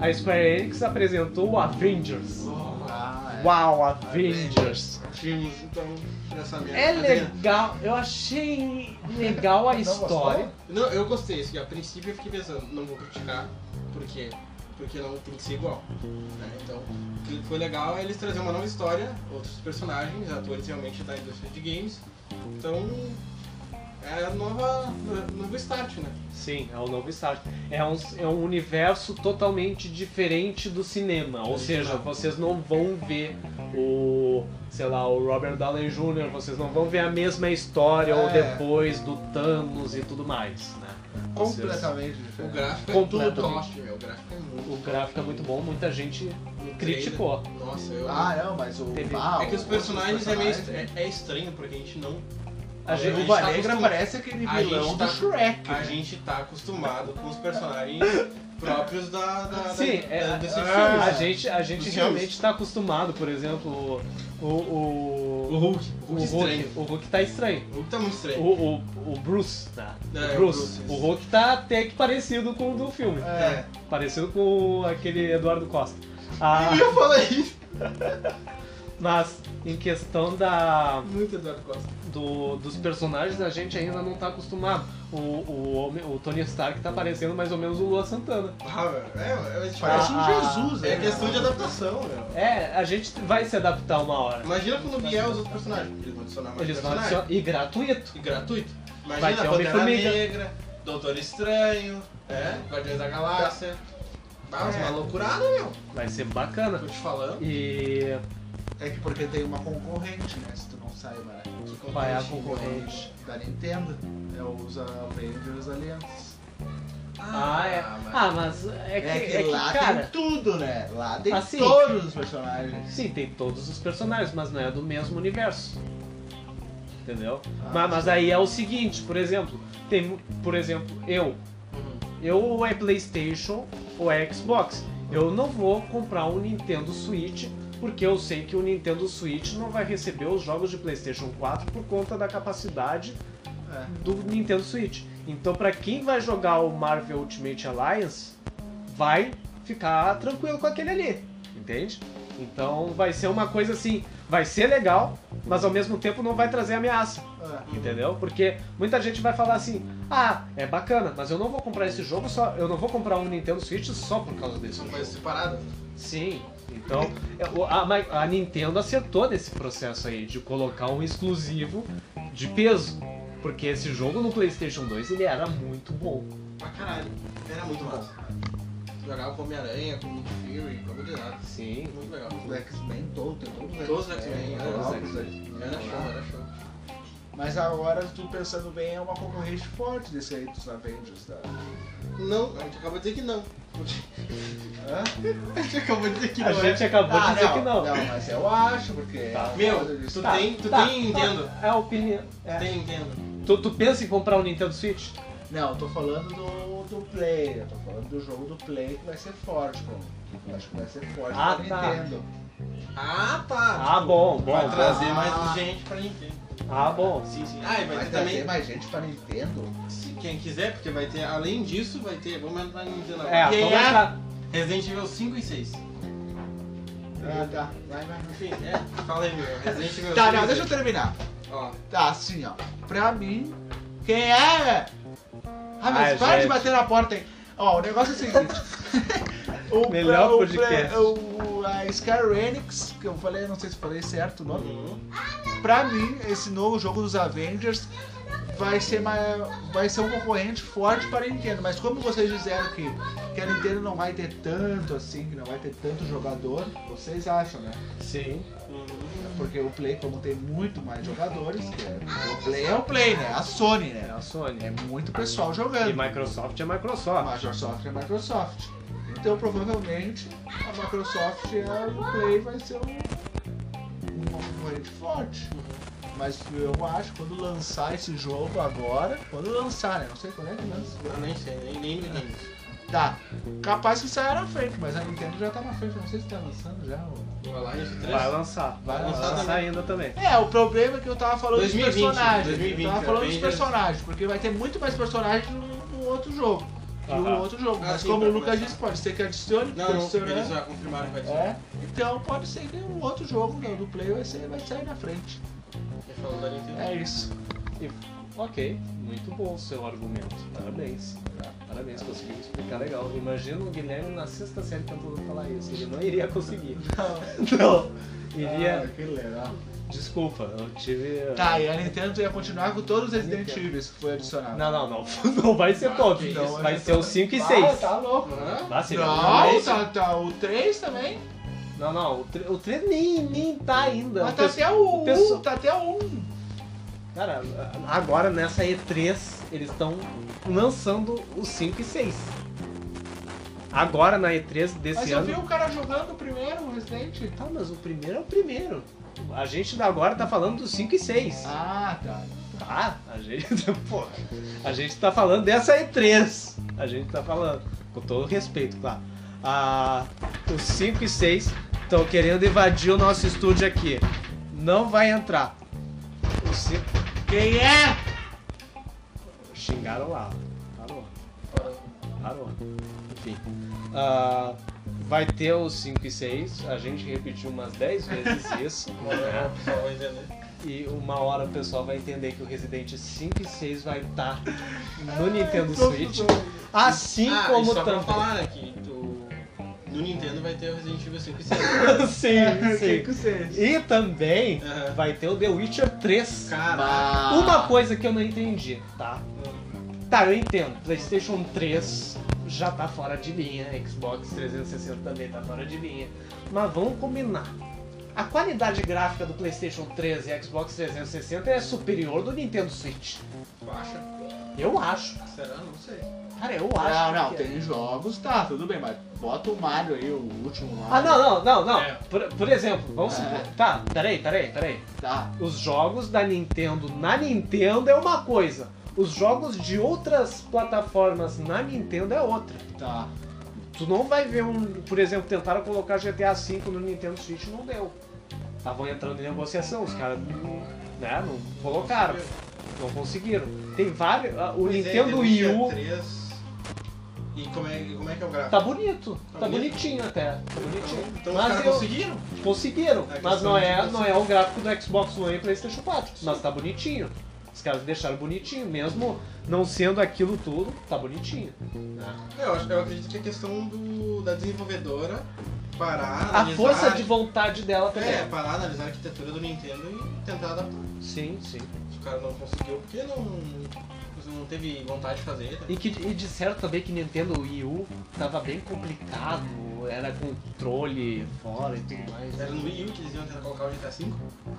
Speaker 1: a Square Enix apresentou o Avengers.
Speaker 2: É.
Speaker 3: Ah,
Speaker 1: Uau, Avengers!
Speaker 3: é. Filmes, então, nessa merda.
Speaker 1: É
Speaker 3: Adriano.
Speaker 1: legal, eu achei legal a
Speaker 2: Não gostou?
Speaker 1: história.
Speaker 3: Não, eu gostei, assim, a princípio eu fiquei pensando, não vou criticar, por quê? Porque não tem que ser igual. né? Então, o que foi legal é eles trazerem uma nova história, outros personagens, atores realmente da indústria de games. Então, é a nova, novo start, né?
Speaker 1: Sim, é o novo start. É um, é um universo totalmente diferente do cinema. Ou
Speaker 3: Do
Speaker 1: seja,
Speaker 3: cinema.
Speaker 1: vocês não vão ver o, sei lá, o Robert Downey Jr., vocês não vão ver a mesma história ou
Speaker 2: É.
Speaker 1: depois do Thanos e tudo mais, né? Vocês-
Speaker 2: Completamente
Speaker 3: O
Speaker 2: diferente.
Speaker 3: gráfico é
Speaker 1: Completamente.
Speaker 3: tudo top, meu. O gráfico é muito.
Speaker 1: O gráfico é muito bom, muita gente
Speaker 3: no
Speaker 1: criticou.
Speaker 3: trailer. Nossa, eu.
Speaker 2: Ah, não, mas o.
Speaker 1: Teve-
Speaker 2: ah,
Speaker 3: é que os
Speaker 2: o-
Speaker 3: personagens é meio
Speaker 2: personagens-
Speaker 3: est- é, é estranho, porque a gente não.
Speaker 1: A
Speaker 3: É,
Speaker 1: gente,
Speaker 2: O
Speaker 3: tá
Speaker 2: Vanegra
Speaker 3: acostum-
Speaker 2: parece aquele
Speaker 3: a
Speaker 2: vilão
Speaker 3: gente
Speaker 2: do
Speaker 3: tá-
Speaker 2: Shrek.
Speaker 3: A gente tá acostumado com os personagens próprios da,
Speaker 2: tá
Speaker 3: da, da-
Speaker 1: Sim, é-
Speaker 3: da- desse filme.
Speaker 2: Ah,
Speaker 1: a
Speaker 3: né?
Speaker 1: gente, a gente
Speaker 3: Dos
Speaker 1: realmente
Speaker 3: filmes.
Speaker 1: está acostumado, por exemplo, o. O,
Speaker 3: O
Speaker 1: o,
Speaker 3: Hulk. O
Speaker 1: o
Speaker 3: Hulk estranho.
Speaker 1: o Hulk tá estranho.
Speaker 3: O Hulk tá muito estranho.
Speaker 1: O, o, o Bruce, tá?
Speaker 3: É,
Speaker 1: o Bruce.
Speaker 3: o Bruce,
Speaker 1: O
Speaker 3: isso.
Speaker 1: Hulk tá até que parecido com o do filme.
Speaker 2: É.
Speaker 1: Parecido com o- aquele Eduardo Costa. Ah,
Speaker 3: Eu falei isso.
Speaker 1: mas em questão da,
Speaker 3: Muito Eduardo Costa.
Speaker 1: do- dos personagens, a gente ainda não tá acostumado. O, o, homem- o Tony Stark tá parecendo mais ou menos o Lua Santana.
Speaker 3: Ah, velho. É, é, tipo,
Speaker 2: Parece um
Speaker 1: Ah,
Speaker 2: Jesus,
Speaker 3: é
Speaker 2: né?
Speaker 3: questão de adaptação, meu.
Speaker 1: É, a gente vai se adaptar uma hora.
Speaker 3: Imagina quando vier os outros personagens. Eles vão adicionar mais
Speaker 1: Eles vão
Speaker 3: personagens.
Speaker 1: adicionar- E gratuito.
Speaker 3: E gratuito.
Speaker 1: Vai
Speaker 3: Imagina
Speaker 1: ter
Speaker 3: a
Speaker 1: Homem
Speaker 3: Pantera
Speaker 1: Formiga.
Speaker 3: Negra, Doutor Estranho, é, Guardiões da
Speaker 1: É.
Speaker 3: Galáxia. Ah, mas
Speaker 2: É.
Speaker 3: uma loucurada, meu.
Speaker 1: Vai ser bacana.
Speaker 3: Tô te falando.
Speaker 1: E
Speaker 2: É que porque tem uma concorrente, né? Se tu não saiba, né?
Speaker 1: vai a concorrente.
Speaker 2: Da Nintendo. É os Avengers Alliance.
Speaker 1: Ah, é.
Speaker 3: mas-
Speaker 1: Ah, mas é que,
Speaker 2: É que,
Speaker 1: é que,
Speaker 2: lá
Speaker 1: cara.
Speaker 2: tem tudo, né? Lá tem
Speaker 1: assim,
Speaker 2: todos os personagens.
Speaker 1: Sim, tem todos os personagens, mas não é do mesmo universo. Entendeu? mas, mas aí é o seguinte, por exemplo, tem, por exemplo, eu. Eu ou é PlayStation ou é Xbox. Eu não vou comprar um Nintendo Switch porque eu sei que o Nintendo Switch não vai receber os jogos de PlayStation 4 por conta da capacidade
Speaker 2: É.
Speaker 1: do Nintendo Switch. Então, pra quem vai jogar o Marvel Ultimate Alliance, vai ficar tranquilo com aquele ali, entende? Então, vai ser uma coisa assim, vai ser legal, mas ao mesmo tempo não vai trazer ameaça,
Speaker 2: É.
Speaker 1: entendeu? Porque muita gente vai falar assim: "Ah, é bacana, mas eu não vou comprar esse jogo só, eu não vou comprar um Nintendo Switch só por causa desse
Speaker 3: São
Speaker 1: jogo".
Speaker 3: coisas separadas.
Speaker 1: Sim. Então, é, o- a, Ma- a Nintendo acertou nesse processo aí de colocar um exclusivo de peso. Porque esse jogo no PlayStation 2 ele era muito bom.
Speaker 3: Pra caralho. Era muito massa. Jogava com Homem-Aranha, com Nick Fury, com um monte de nada.
Speaker 1: Sim.
Speaker 3: Muito legal.
Speaker 2: Os X-Men todos, tem todos os
Speaker 3: Todos os X-Men,
Speaker 2: É,
Speaker 3: né?
Speaker 2: todos os
Speaker 1: Os
Speaker 2: X-Men.
Speaker 3: Era show, era show.
Speaker 2: Mas agora, tu pensando bem, é uma concorrente forte desse aí dos Avengers. Tá?
Speaker 3: Não, a gente acabou de dizer
Speaker 2: [laughs]
Speaker 3: que não.
Speaker 2: Hã? [laughs]
Speaker 3: A gente acabou de dizer que
Speaker 1: A
Speaker 3: não.
Speaker 1: gente acabou de dizer que não.
Speaker 2: Tá, Não, mas eu acho, porque. é
Speaker 1: Tá.
Speaker 3: Meu, tu
Speaker 1: Tá,
Speaker 3: tem, tu
Speaker 1: tá,
Speaker 3: tem Nintendo.
Speaker 1: É a opinião.
Speaker 3: Tu
Speaker 1: é.
Speaker 3: tem Nintendo.
Speaker 1: Tu, tu pensa em comprar um Nintendo Switch?
Speaker 2: Não, eu tô falando do, do Play, eu tô falando do jogo do Play que vai ser forte, pô. Eu acho que vai ser forte
Speaker 1: Ah,
Speaker 2: pra
Speaker 1: tá.
Speaker 2: Nintendo.
Speaker 3: Ah, tá.
Speaker 1: Ah, bom, bom.
Speaker 3: Vai trazer
Speaker 2: ah.
Speaker 3: mais gente pra Nintendo.
Speaker 1: Ah, bom.
Speaker 3: Sim, sim. Ah, e vai,
Speaker 2: Vai
Speaker 3: ter
Speaker 2: ter
Speaker 3: também,
Speaker 2: mais gente pra Nintendo?
Speaker 3: se quem quiser, porque vai ter, além disso, vai ter, vamos entrar no Nintendo agora.
Speaker 1: É,
Speaker 3: e aí
Speaker 1: vamos
Speaker 3: é
Speaker 1: entrar.
Speaker 3: Resident Evil 5 e 6.
Speaker 2: Ah, tá. Vai, vai.
Speaker 3: Enfim, é, fala aí, meu. Resident Evil 5
Speaker 2: Tá,
Speaker 3: e
Speaker 2: não, deixa eu
Speaker 3: 6.
Speaker 2: terminar.
Speaker 3: Ó,
Speaker 2: Tá, assim, ó. Pra mim, Quem era? Ah, mas
Speaker 4: Ai,
Speaker 2: para de
Speaker 4: gente.
Speaker 2: bater na porta, hein? Ó, o negócio é o seguinte. o,
Speaker 1: Melhor
Speaker 2: o- o-
Speaker 1: podcast.
Speaker 2: o- a Square Enix, que eu falei, não sei se falei certo o nome. Pra mim, esse novo jogo dos Avengers vai ser, uma, vai ser um concorrente forte para a Nintendo. Mas como vocês disseram que, que a Nintendo não vai ter tanto assim, que não vai ter tanto jogador, vocês acham, né? É
Speaker 1: Sim.
Speaker 3: Uhum.
Speaker 2: Porque o Play, como tem muito mais jogadores, que é- o Play é o Play, né? A Sony,
Speaker 1: É
Speaker 2: né?
Speaker 1: a Sony.
Speaker 2: É muito pessoal
Speaker 1: E
Speaker 2: jogando.
Speaker 1: Microsoft é
Speaker 2: A
Speaker 1: Microsoft.
Speaker 2: Microsoft é a Microsoft. Então provavelmente a Microsoft e a Play vai ser um, um concorrente forte. Mas eu acho que quando lançar esse jogo agora, quando lançar, né? Não sei quando é que lança.
Speaker 3: Eu nem sei, nem, nem me lembro.
Speaker 2: Tá. Capaz que saia na frente, mas a Nintendo já tá na frente, não sei se tá lançando já. ou-
Speaker 3: Uma live de
Speaker 1: Vai
Speaker 3: três?
Speaker 1: lançar.
Speaker 2: Vai lançar
Speaker 1: ainda também.
Speaker 2: É, o problema é que eu tava falando
Speaker 3: 2020,
Speaker 2: dos personagens.
Speaker 3: 2020,
Speaker 2: eu tava falando dos
Speaker 3: Avengers.
Speaker 2: personagens, porque vai ter muito mais personagens no, no outro jogo. E o
Speaker 1: Aham.
Speaker 2: outro jogo.
Speaker 3: Ah,
Speaker 2: Mas
Speaker 3: sim,
Speaker 2: como
Speaker 3: pra
Speaker 2: o Lucas
Speaker 3: começar.
Speaker 2: disse, pode ser que adicione,
Speaker 3: Não,
Speaker 2: que
Speaker 3: não,
Speaker 2: adicione, né?
Speaker 3: eles já confirmaram que vai ser.
Speaker 2: É, então pode ser que um outro jogo né, do Play vai, ser, vai sair na frente.
Speaker 3: Ele falou da Nintendo.
Speaker 2: É isso.
Speaker 1: Ok, muito bom o seu argumento. Parabéns. Tá, Parabéns, conseguiu explicar legal. Imagina o Guilherme na sexta série tentando falar isso. Ele não iria conseguir. [laughs] Não. [laughs] Iria.
Speaker 2: Ah, que legal.
Speaker 1: Desculpa, eu tive.
Speaker 2: Tá, e a Nintendo ia continuar com todos os Resident Evil que foi adicionado. Então,
Speaker 1: Não, não, [laughs] não. Não vai ser top.
Speaker 2: Ah, que isso.
Speaker 1: vai ser o 5 e
Speaker 2: Ah,
Speaker 1: 6.
Speaker 2: tá louco.
Speaker 3: Hã?
Speaker 1: Vai ser é
Speaker 2: Não, tá, tá o 3 também.
Speaker 1: Não, não. O tre- O trem nem, nem tá ainda.
Speaker 2: Mas tá até o 1,
Speaker 1: pessoal-
Speaker 2: tá até o 1.
Speaker 1: Cara, agora nessa E3 eles estão lançando o 5 e 6. Agora na E3 desse
Speaker 2: Mas eu
Speaker 1: ano.
Speaker 2: vi o cara jogando o primeiro, o Resident.
Speaker 1: Tá, mas o primeiro é o primeiro. A gente da agora tá falando do 5 e 6.
Speaker 2: Ah, tá.
Speaker 1: Tá, a gente. [laughs] Pô, a gente tá falando dessa E3. A gente tá falando. Com todo respeito, claro. Ah, os 5 e 6 estão querendo invadir o nosso estúdio aqui. Não vai entrar. Os 5
Speaker 2: Quem é?
Speaker 1: xingaram lá. Parou. Parou. Enfim. Ah, vai ter os 5 e 6. A gente repetiu umas 10 vezes isso.
Speaker 3: Bom, né, o pessoal vai entender.
Speaker 1: E uma hora o pessoal vai entender que o Resident 5 e 6 vai estar no Nintendo
Speaker 2: todos
Speaker 1: É Switch.
Speaker 2: os
Speaker 1: Assim
Speaker 3: ah, e
Speaker 1: como
Speaker 3: só pra
Speaker 1: também.
Speaker 3: falar, né, que tu... No Nintendo vai ter o Resident Evil 5 e
Speaker 1: [laughs]
Speaker 3: 6.
Speaker 1: sim,
Speaker 2: Quem
Speaker 1: sim.
Speaker 2: que você?
Speaker 1: E também
Speaker 3: Aham.
Speaker 1: vai ter o The Witcher 3.
Speaker 3: Caraca.
Speaker 1: Uma
Speaker 3: Ah.
Speaker 1: coisa que eu não entendi, tá? Tá, eu entendo. PlayStation 3 já tá fora de linha, Xbox 360 também tá fora de linha. Mas vamos combinar. A qualidade gráfica do PlayStation 3 e Xbox 360 é superior do Nintendo Switch.
Speaker 3: Tu acha?
Speaker 1: Eu acho.
Speaker 3: Será? Não sei.
Speaker 1: Cara, eu acho.
Speaker 2: Ah, não,
Speaker 1: que é.
Speaker 2: tem jogos, tá, tudo bem, mas bota o Mario aí, o último Mario.
Speaker 1: Ah, não, não, não, não.
Speaker 3: É.
Speaker 1: Por, por exemplo, vamos supor. Tá, peraí, peraí, peraí.
Speaker 2: Tá.
Speaker 1: Os jogos da Nintendo na Nintendo é uma coisa. Os jogos de outras plataformas na Nintendo é outra.
Speaker 2: Tá.
Speaker 1: Tu não vai ver um. Por exemplo, tentaram colocar GTA V no Nintendo Switch não deu. Estavam entrando em negociação, os caras não- né, não colocaram. Não conseguiram. Tem vários. ah, O
Speaker 3: Pois é,
Speaker 1: Nintendo
Speaker 3: tem
Speaker 1: Wii
Speaker 3: Witcher
Speaker 1: U
Speaker 3: 3. E como é, como é que é o gráfico?
Speaker 1: tá bonito. Tá,
Speaker 3: Tá
Speaker 1: bonitinho até. Tá bonitinho.
Speaker 3: Então os
Speaker 1: mas
Speaker 3: caras
Speaker 1: eu-
Speaker 3: conseguiram?
Speaker 1: conseguiram.
Speaker 3: É
Speaker 1: mas
Speaker 3: questão
Speaker 1: não
Speaker 3: de
Speaker 1: é,
Speaker 3: você-
Speaker 1: não é o gráfico do Xbox One e PlayStation 4. Mas tá bonitinho. Os caras deixaram bonitinho, mesmo não sendo aquilo tudo, tá bonitinho. Tá.
Speaker 3: Eu, acho- eu acredito que é questão do, da desenvolvedora parar,
Speaker 1: A
Speaker 3: analisar...
Speaker 1: força de vontade dela também.
Speaker 3: É, parar, analisar a arquitetura do Nintendo e tentar adaptar.
Speaker 1: Sim, sim.
Speaker 3: Se o cara não conseguiu, porque não, não teve vontade de fazer. tá?
Speaker 1: E, que, e disseram também que Nintendo Wii U tava bem complicado, era controle fora e tudo mais.
Speaker 3: Era no Wii U que eles iam tentar colocar o GTA V?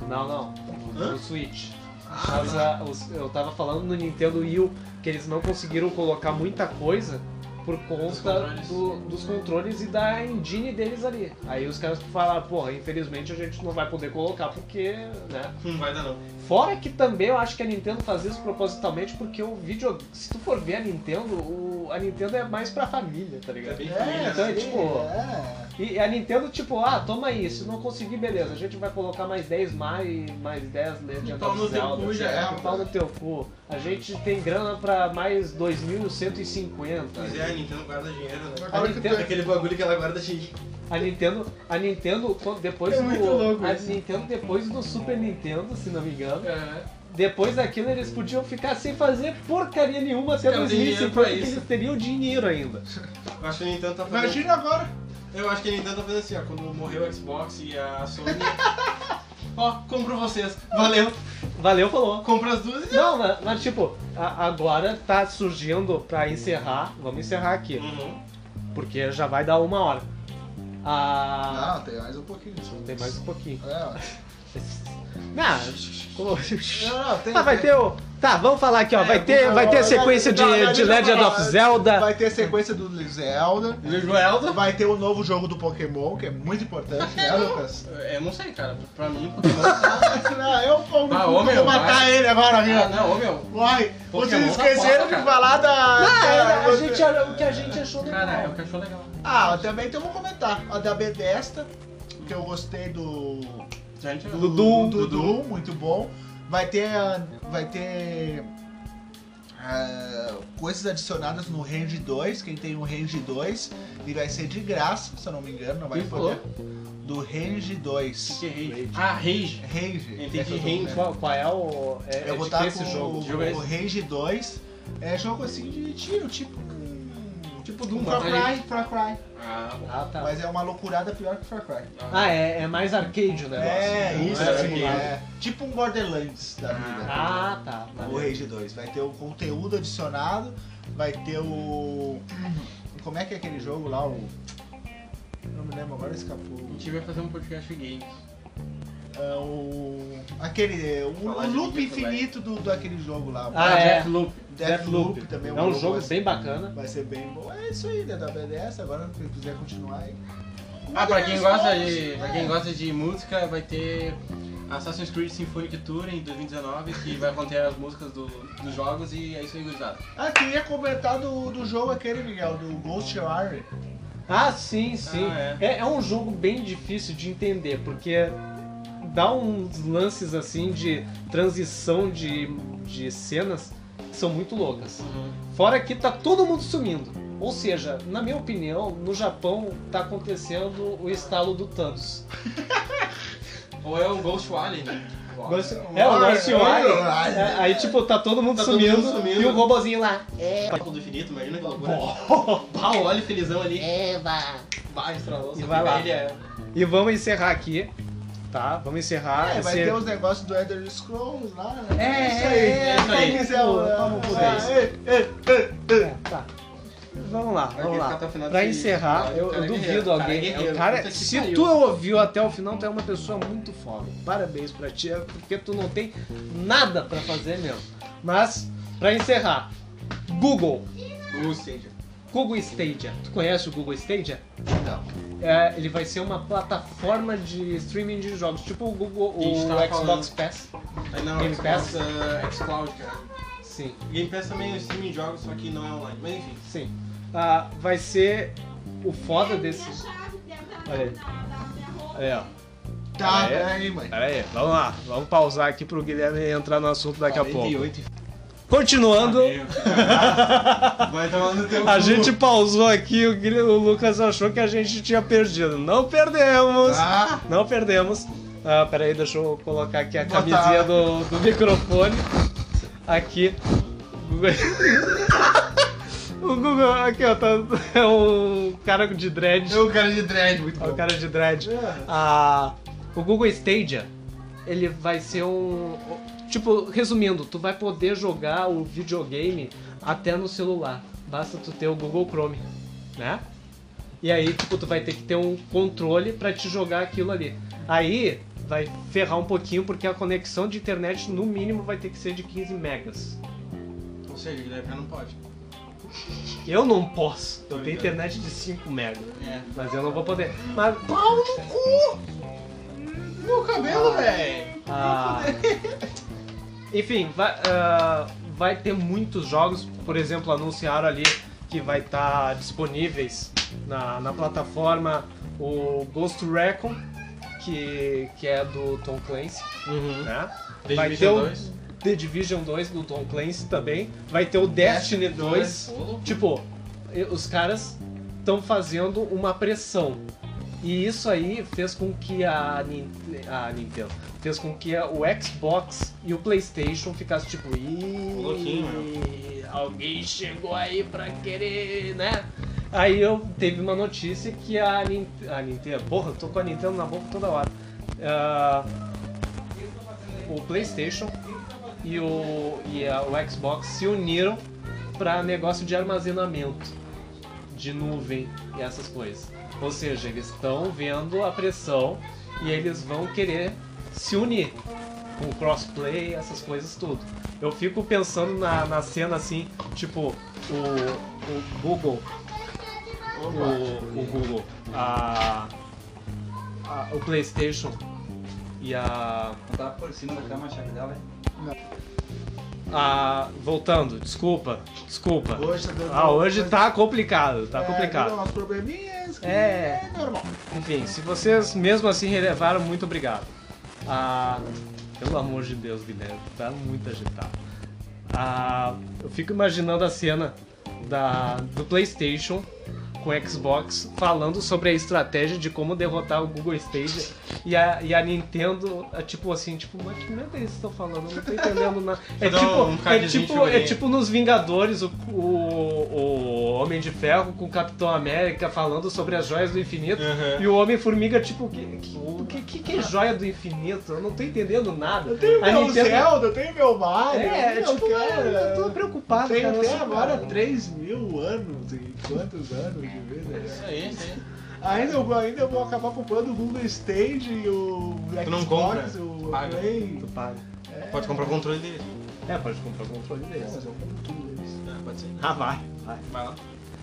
Speaker 1: Não, não.
Speaker 3: Hã?
Speaker 1: No Switch.
Speaker 3: Ah,
Speaker 1: Mas a- os- eu tava falando no Nintendo Wii U que eles não conseguiram colocar muita coisa por conta
Speaker 3: controles.
Speaker 1: do- dos controles e da engine deles ali. Aí os caras falaram, porra, infelizmente a gente não vai poder colocar porque, né?
Speaker 3: não vai dar não.
Speaker 1: Fora que também eu acho que a Nintendo faz isso propositalmente porque o vídeo, se tu for ver a Nintendo, o- a Nintendo é mais pra família, tá ligado?
Speaker 3: É bem
Speaker 2: É,
Speaker 3: família.
Speaker 1: então é
Speaker 2: sim,
Speaker 1: tipo-
Speaker 2: é.
Speaker 1: E a Nintendo, tipo, ah, toma aí, se não conseguir, beleza, a gente vai colocar mais 10 mais, mais 10 Legend
Speaker 3: Um Pau
Speaker 1: of
Speaker 3: no teu
Speaker 1: Zelda,
Speaker 3: cu já
Speaker 1: cara,
Speaker 3: é,
Speaker 1: pau no teu cu. A gente tem grana pra mais 2150.
Speaker 3: Mas é, a Nintendo guarda dinheiro, né?
Speaker 1: A Nintendo-
Speaker 3: Aquele bagulho que ela guarda dinheiro.
Speaker 1: A Nintendo, a Nintendo quando- depois
Speaker 3: É
Speaker 1: do
Speaker 3: muito louco
Speaker 1: a
Speaker 3: isso.
Speaker 1: Nintendo depois do Super Nintendo, se não me engano,
Speaker 3: É.
Speaker 1: Depois daquilo eles podiam ficar sem fazer porcaria nenhuma sendo
Speaker 3: Tem o
Speaker 1: os
Speaker 3: dinheiro
Speaker 1: ricos,
Speaker 3: pra
Speaker 1: porque
Speaker 3: isso.
Speaker 1: eles teriam dinheiro ainda.
Speaker 3: Eu acho que nem tanto tá fazendo.
Speaker 2: Imagina agora.
Speaker 3: Eu acho que nem tanto tá fazendo assim, ó. Quando morreu o Xbox e a Sony. [laughs] ó, compro vocês. Valeu.
Speaker 1: Valeu, falou.
Speaker 3: Compra as duas e.
Speaker 1: Não, mas, mas, tipo, a- agora tá surgindo pra encerrar, vamos encerrar aqui,
Speaker 3: Uhum.
Speaker 1: porque já vai dar uma hora. Ah,
Speaker 2: Não, tem mais um pouquinho.
Speaker 1: tem mais um pouquinho.
Speaker 2: É, ó.
Speaker 1: Não, como-
Speaker 2: não, não, tem. É,
Speaker 1: Ah, vai ter o. Tá, vamos falar aqui, ó. Vai ter, vai ter sequência de, de Legend of Zelda.
Speaker 2: Vai ter sequência do Zelda.
Speaker 3: Joelda.
Speaker 2: Vai ter o novo jogo do Pokémon, que é muito importante, né,
Speaker 3: [laughs]
Speaker 2: Lucas?
Speaker 3: Eu não sei, cara. Pra mim, Pokémon.
Speaker 2: Não, eu como,
Speaker 3: Ah, ô,
Speaker 2: vou
Speaker 3: meu,
Speaker 2: matar
Speaker 3: vai.
Speaker 2: ele agora, viu?
Speaker 3: Ah, não, ô meu.
Speaker 2: Corre! Vocês
Speaker 3: Pokémon tá
Speaker 2: esqueceram
Speaker 3: foda,
Speaker 2: de
Speaker 3: cara.
Speaker 2: falar da. da-
Speaker 1: Ah, é, a gente, o que a gente achou
Speaker 3: Cara, eu
Speaker 1: legal.
Speaker 3: que achou legal.
Speaker 2: Ah, também então vou comentar. A da Bethesda, que eu gostei do.
Speaker 3: Gente,
Speaker 1: Do Doom.
Speaker 2: do Doom, muito bom. Vai ter. ah, Vai ter. ah, coisas adicionadas no Range 2, quem tem o Range 2, e vai ser de graça, se eu não me engano, não vai
Speaker 3: Quem
Speaker 2: poder. Do Range 2.
Speaker 3: Que é Rage. Ah, Rage.
Speaker 2: Range.
Speaker 3: Entendi,
Speaker 2: é que eu tô-
Speaker 3: Range.
Speaker 1: Qual, qual é o. É, é
Speaker 2: Eu vou
Speaker 1: de que
Speaker 2: estar
Speaker 1: esse jogo?
Speaker 3: Jogo é
Speaker 2: o
Speaker 3: esse?
Speaker 2: Rage 2. É jogo assim de tiro, tipo. um-
Speaker 3: Tipo
Speaker 2: Um
Speaker 3: Doom,
Speaker 2: Far
Speaker 3: mata a
Speaker 2: Cry,
Speaker 3: gente.
Speaker 2: Far Cry.
Speaker 3: Ah, bom.
Speaker 1: Ah, tá.
Speaker 2: Mas é uma loucurada pior que Far Cry.
Speaker 1: Ah, é, é mais arcade o negócio.
Speaker 2: É,
Speaker 1: Não
Speaker 2: isso,
Speaker 1: é
Speaker 2: assim,
Speaker 1: simulado.
Speaker 2: é. Tipo um Borderlands da vida.
Speaker 1: Ah, tá.
Speaker 2: O
Speaker 1: valeu.
Speaker 2: Rage 2. Vai ter o conteúdo adicionado, vai ter o. Como é que é aquele jogo lá? O. Não me lembro, agora escapou.
Speaker 3: A gente vai fazer um podcast de games.
Speaker 2: É, o. Aquele. O,
Speaker 3: Falar
Speaker 2: o
Speaker 3: de
Speaker 2: loop
Speaker 3: vídeo também.
Speaker 2: infinito do, do aquele jogo lá.
Speaker 1: Ah, é.
Speaker 3: Deathloop.
Speaker 2: Deathloop também
Speaker 1: É um
Speaker 2: vai
Speaker 1: jogo
Speaker 2: ser-
Speaker 1: bem bacana.
Speaker 2: Vai ser bem bom. É isso aí, DWDS. Agora, se quiser continuar aí.
Speaker 3: Ah, pra quem
Speaker 2: Deus,
Speaker 3: gosta
Speaker 2: Deus,
Speaker 3: de,
Speaker 2: é.
Speaker 3: pra quem gosta de música, vai ter Assassin's Creed Symphonic Tour em 2019, que vai conter as músicas do- dos jogos e é isso aí, gurizada.
Speaker 2: Ah, queria comentar do, do jogo aquele, Miguel, do Ghost Warrior.
Speaker 1: Ah, sim, sim.
Speaker 3: Ah,
Speaker 1: é. é um jogo bem difícil de entender, porque é, dá uns lances assim de transição de, de cenas que são muito loucas. Fora que tá todo mundo sumindo. Ou seja, na minha opinião, no Japão tá acontecendo o estalo do Thanos.
Speaker 3: Ou é o Ghost Wally, né?
Speaker 1: Ghost-
Speaker 2: Olha,
Speaker 1: é, o Ghost
Speaker 2: olha,
Speaker 1: Warrior.
Speaker 2: olha.
Speaker 1: É, Aí, tipo, tá todo mundo,
Speaker 3: Tá todo
Speaker 1: sumindo,
Speaker 3: mundo sumindo.
Speaker 1: e o robozinho
Speaker 3: [laughs]
Speaker 1: lá.
Speaker 3: Papo do infinito, imagina que loucura. Pá, o Wally felizão ali.
Speaker 1: É.
Speaker 3: Vai, estralou.
Speaker 1: E
Speaker 3: só
Speaker 1: vai
Speaker 3: fica
Speaker 1: lá.
Speaker 3: Ele é...
Speaker 1: E vamos encerrar aqui, tá? Vamos encerrar.
Speaker 2: É, vai
Speaker 1: esse-
Speaker 2: ter os negócios do Elder Scrolls lá, né?
Speaker 1: É,
Speaker 2: Isso
Speaker 1: é,
Speaker 2: aí.
Speaker 1: é,
Speaker 3: isso aí.
Speaker 2: Quem quiser,
Speaker 1: Vamos
Speaker 2: ah,
Speaker 1: por
Speaker 2: ah,
Speaker 1: isso.
Speaker 2: é, é.
Speaker 1: É, tá. Vamos lá,
Speaker 3: Vai
Speaker 1: vamos
Speaker 3: ficar
Speaker 1: lá.
Speaker 3: até o final
Speaker 1: Pra
Speaker 3: desse-
Speaker 1: encerrar,
Speaker 3: Cara,
Speaker 1: eu, eu
Speaker 3: cara é
Speaker 1: duvido
Speaker 3: guerreiro, cara é
Speaker 1: alguém.
Speaker 3: guerreiro,
Speaker 1: Cara,
Speaker 3: puta que
Speaker 1: se
Speaker 3: pariu.
Speaker 1: tu ouviu até o final, tu é uma pessoa muito foda. Parabéns pra ti, é porque tu não tem nada pra fazer mesmo. Mas, pra encerrar, Google,
Speaker 3: Ou seja,
Speaker 1: Google Stadia. Tu conhece o Google Stadia?
Speaker 2: Não.
Speaker 1: É, ele vai ser uma plataforma de streaming de jogos, tipo o Google,
Speaker 3: A gente tá
Speaker 1: o
Speaker 3: tava
Speaker 1: Xbox Pass.
Speaker 3: aí não,
Speaker 1: Game Pass?
Speaker 3: Xbox, ah, Xcloud, cara.
Speaker 1: Sim.
Speaker 3: Game Pass também é um streaming de jogos, só que não é online. Mas enfim.
Speaker 1: Sim. Ah, vai ser o foda desse. Olha aí. Olha aí, ó.
Speaker 2: Tá,
Speaker 1: Ah, é?
Speaker 2: peraí, mãe.
Speaker 1: Pera aí, vamos lá. Vamos pausar aqui pro Guilherme entrar no assunto daqui a pouco.
Speaker 3: 48 e
Speaker 1: Continuando, [laughs]
Speaker 3: Meu, que cagaço. Vai tomar no teu
Speaker 1: a
Speaker 3: cu.
Speaker 1: gente pausou aqui, o, Guil- o Lucas achou que a gente tinha perdido. Não perdemos!
Speaker 2: Ah,
Speaker 1: Não perdemos. Ah, peraí, deixa eu colocar aqui a
Speaker 2: Botar.
Speaker 1: camisinha do, do microfone. Aqui. [laughs] O Google, aqui ó, tá, é o cara de dread.
Speaker 2: eu quero de dread, muito
Speaker 1: É o
Speaker 2: bom.
Speaker 1: cara de dread.
Speaker 2: É.
Speaker 1: Ah, o Google Stadia, ele vai ser um. Tipo, resumindo, tu vai poder jogar o videogame até no celular. Basta tu ter o Google Chrome, né? E aí, tipo, tu vai ter que ter um controle pra te jogar aquilo ali. Aí vai ferrar um pouquinho porque a conexão de internet no mínimo vai ter que ser de 15 megas.
Speaker 3: Ou seja, Guilherme não pode.
Speaker 1: Eu não posso. Eu
Speaker 3: Tô
Speaker 1: tenho
Speaker 3: ligado.
Speaker 1: internet de 5 megas,
Speaker 3: É.
Speaker 1: mas eu não vou poder. Mas
Speaker 3: Meu cabelo, velho!
Speaker 1: Ah. Enfim, vai, ah, vai ter muitos jogos, por exemplo, anunciaram ali que vai estar disponíveis na, na plataforma o Ghost Recon, que, que é do Tom Clancy, né? Vai ter o The Division 2 do Tom Clancy também, vai ter o Destiny 2. Tipo, e- os caras estão fazendo uma pressão E isso aí fez com que a, Nin- a Nintendo fez com que a- o Xbox e o PlayStation ficassem tipo,
Speaker 3: Ô, louquinho,
Speaker 1: e alguém chegou aí pra querer, né? Aí eu teve uma notícia que a, Nin- a Nintendo, porra, eu tô com a Nintendo na boca toda hora. Ah, o PlayStation e o, e a- o Xbox se uniram para negócio de armazenamento de nuvem e essas coisas. Ou seja, eles estão vendo a pressão e eles vão querer se unir com crossplay, essas coisas tudo. Eu fico pensando na, na cena assim, tipo, o, o Google,
Speaker 3: um-
Speaker 1: o, o Google, a, a- o PlayStation e a
Speaker 3: Tá por cima da cama a chave dela, hein?
Speaker 1: Ah, voltando, desculpa, desculpa.
Speaker 2: Hoje tá dando
Speaker 1: Ah, hoje tá complicado, tá
Speaker 2: É,
Speaker 1: complicado.
Speaker 2: dando umas probleminhas que
Speaker 1: É.
Speaker 2: é normal.
Speaker 1: Enfim, se vocês mesmo assim relevaram, muito obrigado. Ah, pelo amor de Deus, Guilherme, tá muito agitado. Ah, eu fico imaginando a cena da, do PlayStation com o Xbox falando sobre a estratégia de como derrotar o Google Stadia e a, e a Nintendo, é tipo assim, tipo, mas que merda eles estão falando? Eu não tô entendendo nada. É
Speaker 3: Dá
Speaker 1: tipo,
Speaker 3: um
Speaker 1: é,
Speaker 3: cardzinho de
Speaker 1: tipo, é
Speaker 3: figurinha.
Speaker 1: tipo nos Vingadores, o, o, o Homem de Ferro com o Capitão América falando sobre as joias do infinito
Speaker 3: Uhum.
Speaker 1: e o Homem-Formiga, tipo, que, que, que, que é joia do infinito? Eu não tô entendendo nada.
Speaker 2: Eu tenho
Speaker 1: A
Speaker 2: meu
Speaker 1: Nintendo-
Speaker 2: Zelda, eu tenho meu Mario.
Speaker 1: É,
Speaker 2: eu
Speaker 1: tipo,
Speaker 2: quero.
Speaker 1: eu tô preocupado,
Speaker 2: Tem
Speaker 1: cara. eu
Speaker 2: até
Speaker 1: sou-
Speaker 2: agora 3 mil anos e quantos anos de
Speaker 3: Isso
Speaker 1: É.
Speaker 2: vida?
Speaker 3: aí, isso aí.
Speaker 2: Ainda eu, vou- ainda eu vou acabar comprando o Google Stage e o
Speaker 3: Tu não compra,
Speaker 2: Xbox, o
Speaker 3: paga.
Speaker 2: Play.
Speaker 1: Tu paga.
Speaker 3: Pode comprar o controle dele.
Speaker 1: É, pode comprar um controle
Speaker 2: Mas
Speaker 1: desse.
Speaker 2: eu compro tudo isso.
Speaker 3: Ah, pode ser.
Speaker 1: Ah, vai, vai.
Speaker 3: Vai lá.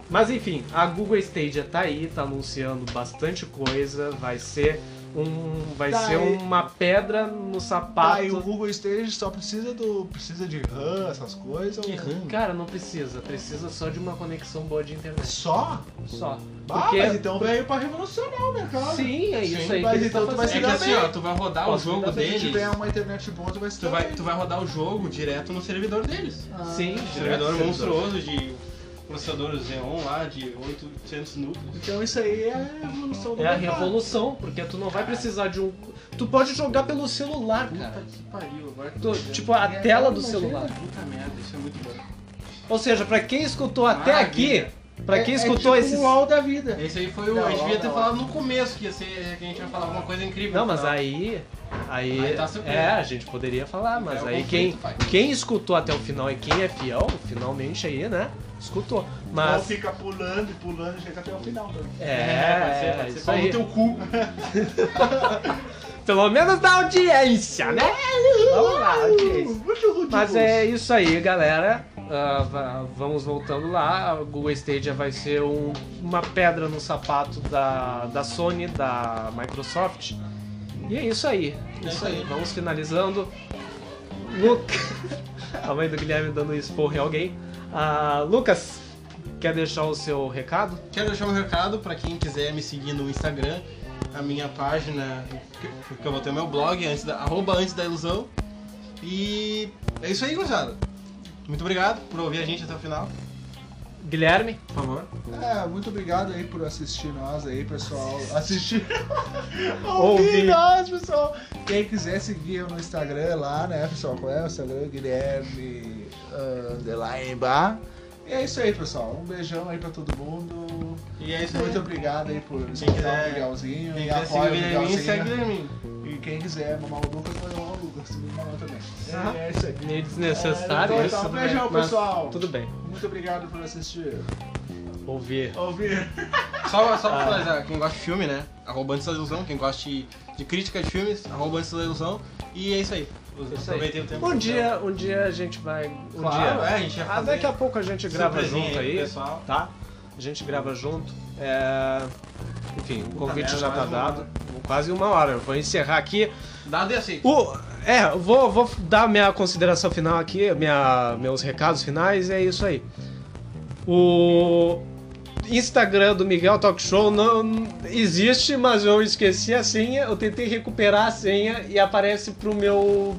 Speaker 1: Mas enfim, a Google Stadia tá aí, tá anunciando bastante coisa, vai ser um. Vai
Speaker 2: Tá
Speaker 1: ser
Speaker 2: aí.
Speaker 1: uma pedra no
Speaker 2: Tá, e o
Speaker 1: sapato.
Speaker 2: Google Stage só precisa do. precisa de RAM, essas coisas. ou-
Speaker 1: Cara, não precisa, precisa só de uma conexão boa de internet.
Speaker 2: Só?
Speaker 1: Só.
Speaker 2: Ah,
Speaker 1: Porque-
Speaker 2: mas então veio pra revolucionar o mercado.
Speaker 1: Sim, é isso
Speaker 3: então- Sim,
Speaker 1: aí.
Speaker 2: mas
Speaker 1: que eles
Speaker 2: então
Speaker 1: tão
Speaker 2: tu vai
Speaker 3: É
Speaker 2: se
Speaker 1: fazendo.
Speaker 3: que
Speaker 2: dar bem.
Speaker 3: assim, ó, tu vai rodar
Speaker 1: Posso
Speaker 3: o jogo
Speaker 2: Mas Se tu
Speaker 3: deles.
Speaker 2: tiver uma internet boa, tu vai se
Speaker 3: Tu
Speaker 2: dar
Speaker 3: vai,
Speaker 2: bem.
Speaker 3: tu vai rodar o jogo direto no servidor deles. Um
Speaker 2: Ah,
Speaker 1: Sim,
Speaker 3: servidor
Speaker 1: direto.
Speaker 3: monstruoso de processador Xeon lá de 800 núcleos.
Speaker 2: Então isso aí é a revolução do
Speaker 1: É a
Speaker 2: mercado.
Speaker 1: revolução, porque tu não vai precisar de um. Tu pode jogar pelo celular, cara.
Speaker 3: que pariu, agora que
Speaker 1: Tu-
Speaker 3: vendo.
Speaker 1: tipo, a
Speaker 2: É,
Speaker 1: tela do
Speaker 2: imagina.
Speaker 1: celular.
Speaker 3: Puta merda, isso é muito bom.
Speaker 1: Ou seja, pra quem
Speaker 3: Ah,
Speaker 1: escutou até
Speaker 3: Maravilha.
Speaker 1: aqui, pra quem
Speaker 2: É-
Speaker 1: escutou
Speaker 2: é tipo
Speaker 3: um
Speaker 1: esses.
Speaker 2: o UOL da vida.
Speaker 3: Esse aí foi o.
Speaker 2: Da
Speaker 3: a gente devia
Speaker 2: hora,
Speaker 3: ter
Speaker 2: da
Speaker 3: falado no começo que, ia ser, que a gente vai falar alguma coisa incrível.
Speaker 1: Não, mas
Speaker 3: Tá?
Speaker 1: aí. Aí.
Speaker 3: Aí tá surpresa.
Speaker 1: é, a gente poderia falar, mas
Speaker 3: É o
Speaker 1: aí
Speaker 3: conflito,
Speaker 1: quem,
Speaker 3: pai.
Speaker 1: quem escutou até o final e quem é fiel, finalmente aí, né? Escutou.
Speaker 2: Mas... Ou
Speaker 1: Mas.
Speaker 2: fica pulando e pulando e chega até o final. né? também.
Speaker 1: É,
Speaker 3: É, pode ser, pode ser.
Speaker 1: isso
Speaker 3: Pau no
Speaker 1: aí.
Speaker 3: teu cu.
Speaker 1: Pelo menos da audiência, né? Vamos lá, audiência.
Speaker 2: Muito ruim.
Speaker 1: Mas é isso aí, galera. Ah, va- vamos voltando lá. A Google Stadia vai ser um- uma pedra no sapato da, da Sony, da Microsoft. E é isso aí. É isso aí. Vamos finalizando. Lucas. [laughs] A mãe do Guilherme dando expor em alguém. Ah, Lucas, quer deixar o seu recado?
Speaker 3: Quero deixar um recado pra quem quiser me seguir no Instagram, a minha página, que- porque eu vou ter o meu blog, antes da, arroba antes da ilusão. E é isso aí, gurizada. Muito obrigado por ouvir a gente até o final,
Speaker 1: Guilherme?
Speaker 3: por favor.
Speaker 2: É, muito obrigado aí por assistir nós aí, pessoal. Assistir.
Speaker 3: [laughs]
Speaker 1: Ouvir.
Speaker 2: Ouvir nós, pessoal. Quem quiser seguir eu no Instagram lá, né, pessoal? Qual é o Instagram? Guilherme ah, Underline Bar. E é isso aí, pessoal. Um beijão aí pra todo mundo.
Speaker 3: E é isso aí.
Speaker 2: Muito obrigado aí por escutar
Speaker 3: quiser-
Speaker 2: o Miguelzinho.
Speaker 3: Quem
Speaker 2: e
Speaker 3: quiser seguir
Speaker 2: apoia
Speaker 3: o
Speaker 2: o
Speaker 3: Guilherminho,
Speaker 2: Miguelzinho.
Speaker 3: segue o Guilherminho.
Speaker 2: E quem quiser mamar o Lucas, vai mamar o Lucas. Me mamar também.
Speaker 1: Ah.
Speaker 2: É, é isso aí.
Speaker 1: Meio desnecessário.
Speaker 2: É, então
Speaker 1: mas
Speaker 2: tá.
Speaker 1: tudo bem.
Speaker 2: Beijão,
Speaker 1: Mas
Speaker 2: pessoal.
Speaker 1: Tudo bem.
Speaker 2: Muito obrigado por assistir.
Speaker 1: Ouvir.
Speaker 2: Ouvir.
Speaker 3: Só,
Speaker 1: Ah.
Speaker 3: só pra finalizar, quem gosta de filme, né? Arroba antes da ilusão. Quem gosta de, de crítica de filmes, arroba antes da ilusão. E é isso aí.
Speaker 1: isso aí.
Speaker 3: Aproveitei o tempo.
Speaker 1: Um dia, um dia a gente vai. Um
Speaker 3: Claro,
Speaker 1: dia.
Speaker 3: é, a gente ia
Speaker 1: Ah,
Speaker 3: fazer
Speaker 1: daqui a pouco a gente grava
Speaker 3: surpresinha
Speaker 1: junto
Speaker 3: pro
Speaker 1: aí,
Speaker 3: pessoal.
Speaker 1: tá? A gente grava junto. É, Enfim, o convite
Speaker 3: merda,
Speaker 1: já tá
Speaker 3: mais uma
Speaker 1: dado. Quase uma hora. Eu vou encerrar aqui.
Speaker 3: Dado e aceito.
Speaker 1: O... É, eu vou, vou dar minha consideração final aqui, minha, meus recados finais, é isso aí. O Instagram do Miguel Talk Show não existe, mas eu esqueci a senha, eu tentei recuperar a senha e aparece pro meu,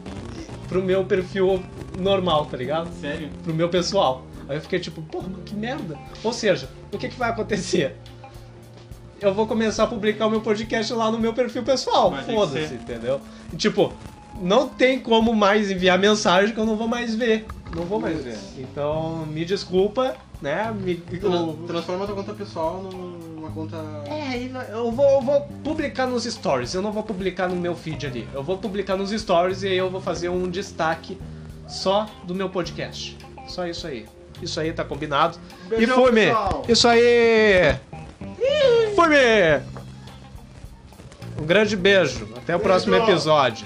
Speaker 1: pro meu perfil normal, tá ligado?
Speaker 3: Sério?
Speaker 1: pro meu pessoal. Aí eu fiquei tipo, porra, mas que merda. Ou seja, o que, que vai acontecer? eu vou começar a publicar o meu podcast lá no meu perfil pessoal.
Speaker 3: Vai ter que
Speaker 1: Foda-se,
Speaker 3: ser.
Speaker 1: entendeu? E, tipo, não tem como mais enviar mensagem que eu não vou mais ver. Não vou mais ver. Então, me desculpa, né? Me-
Speaker 3: Tra-
Speaker 1: eu,
Speaker 3: Transforma tua conta pessoal numa conta.
Speaker 1: é, aí vai- eu vou, eu vou publicar nos stories, eu não vou publicar no meu feed ali. Eu vou publicar nos stories e aí eu vou fazer um destaque só do meu podcast. Só isso aí. Isso aí tá combinado.
Speaker 2: Beijão,
Speaker 1: e foi-me!
Speaker 2: pessoal.
Speaker 1: Isso aí! Foi-me! Um grande beijo. Até o próximo
Speaker 2: Beijo.
Speaker 1: episódio.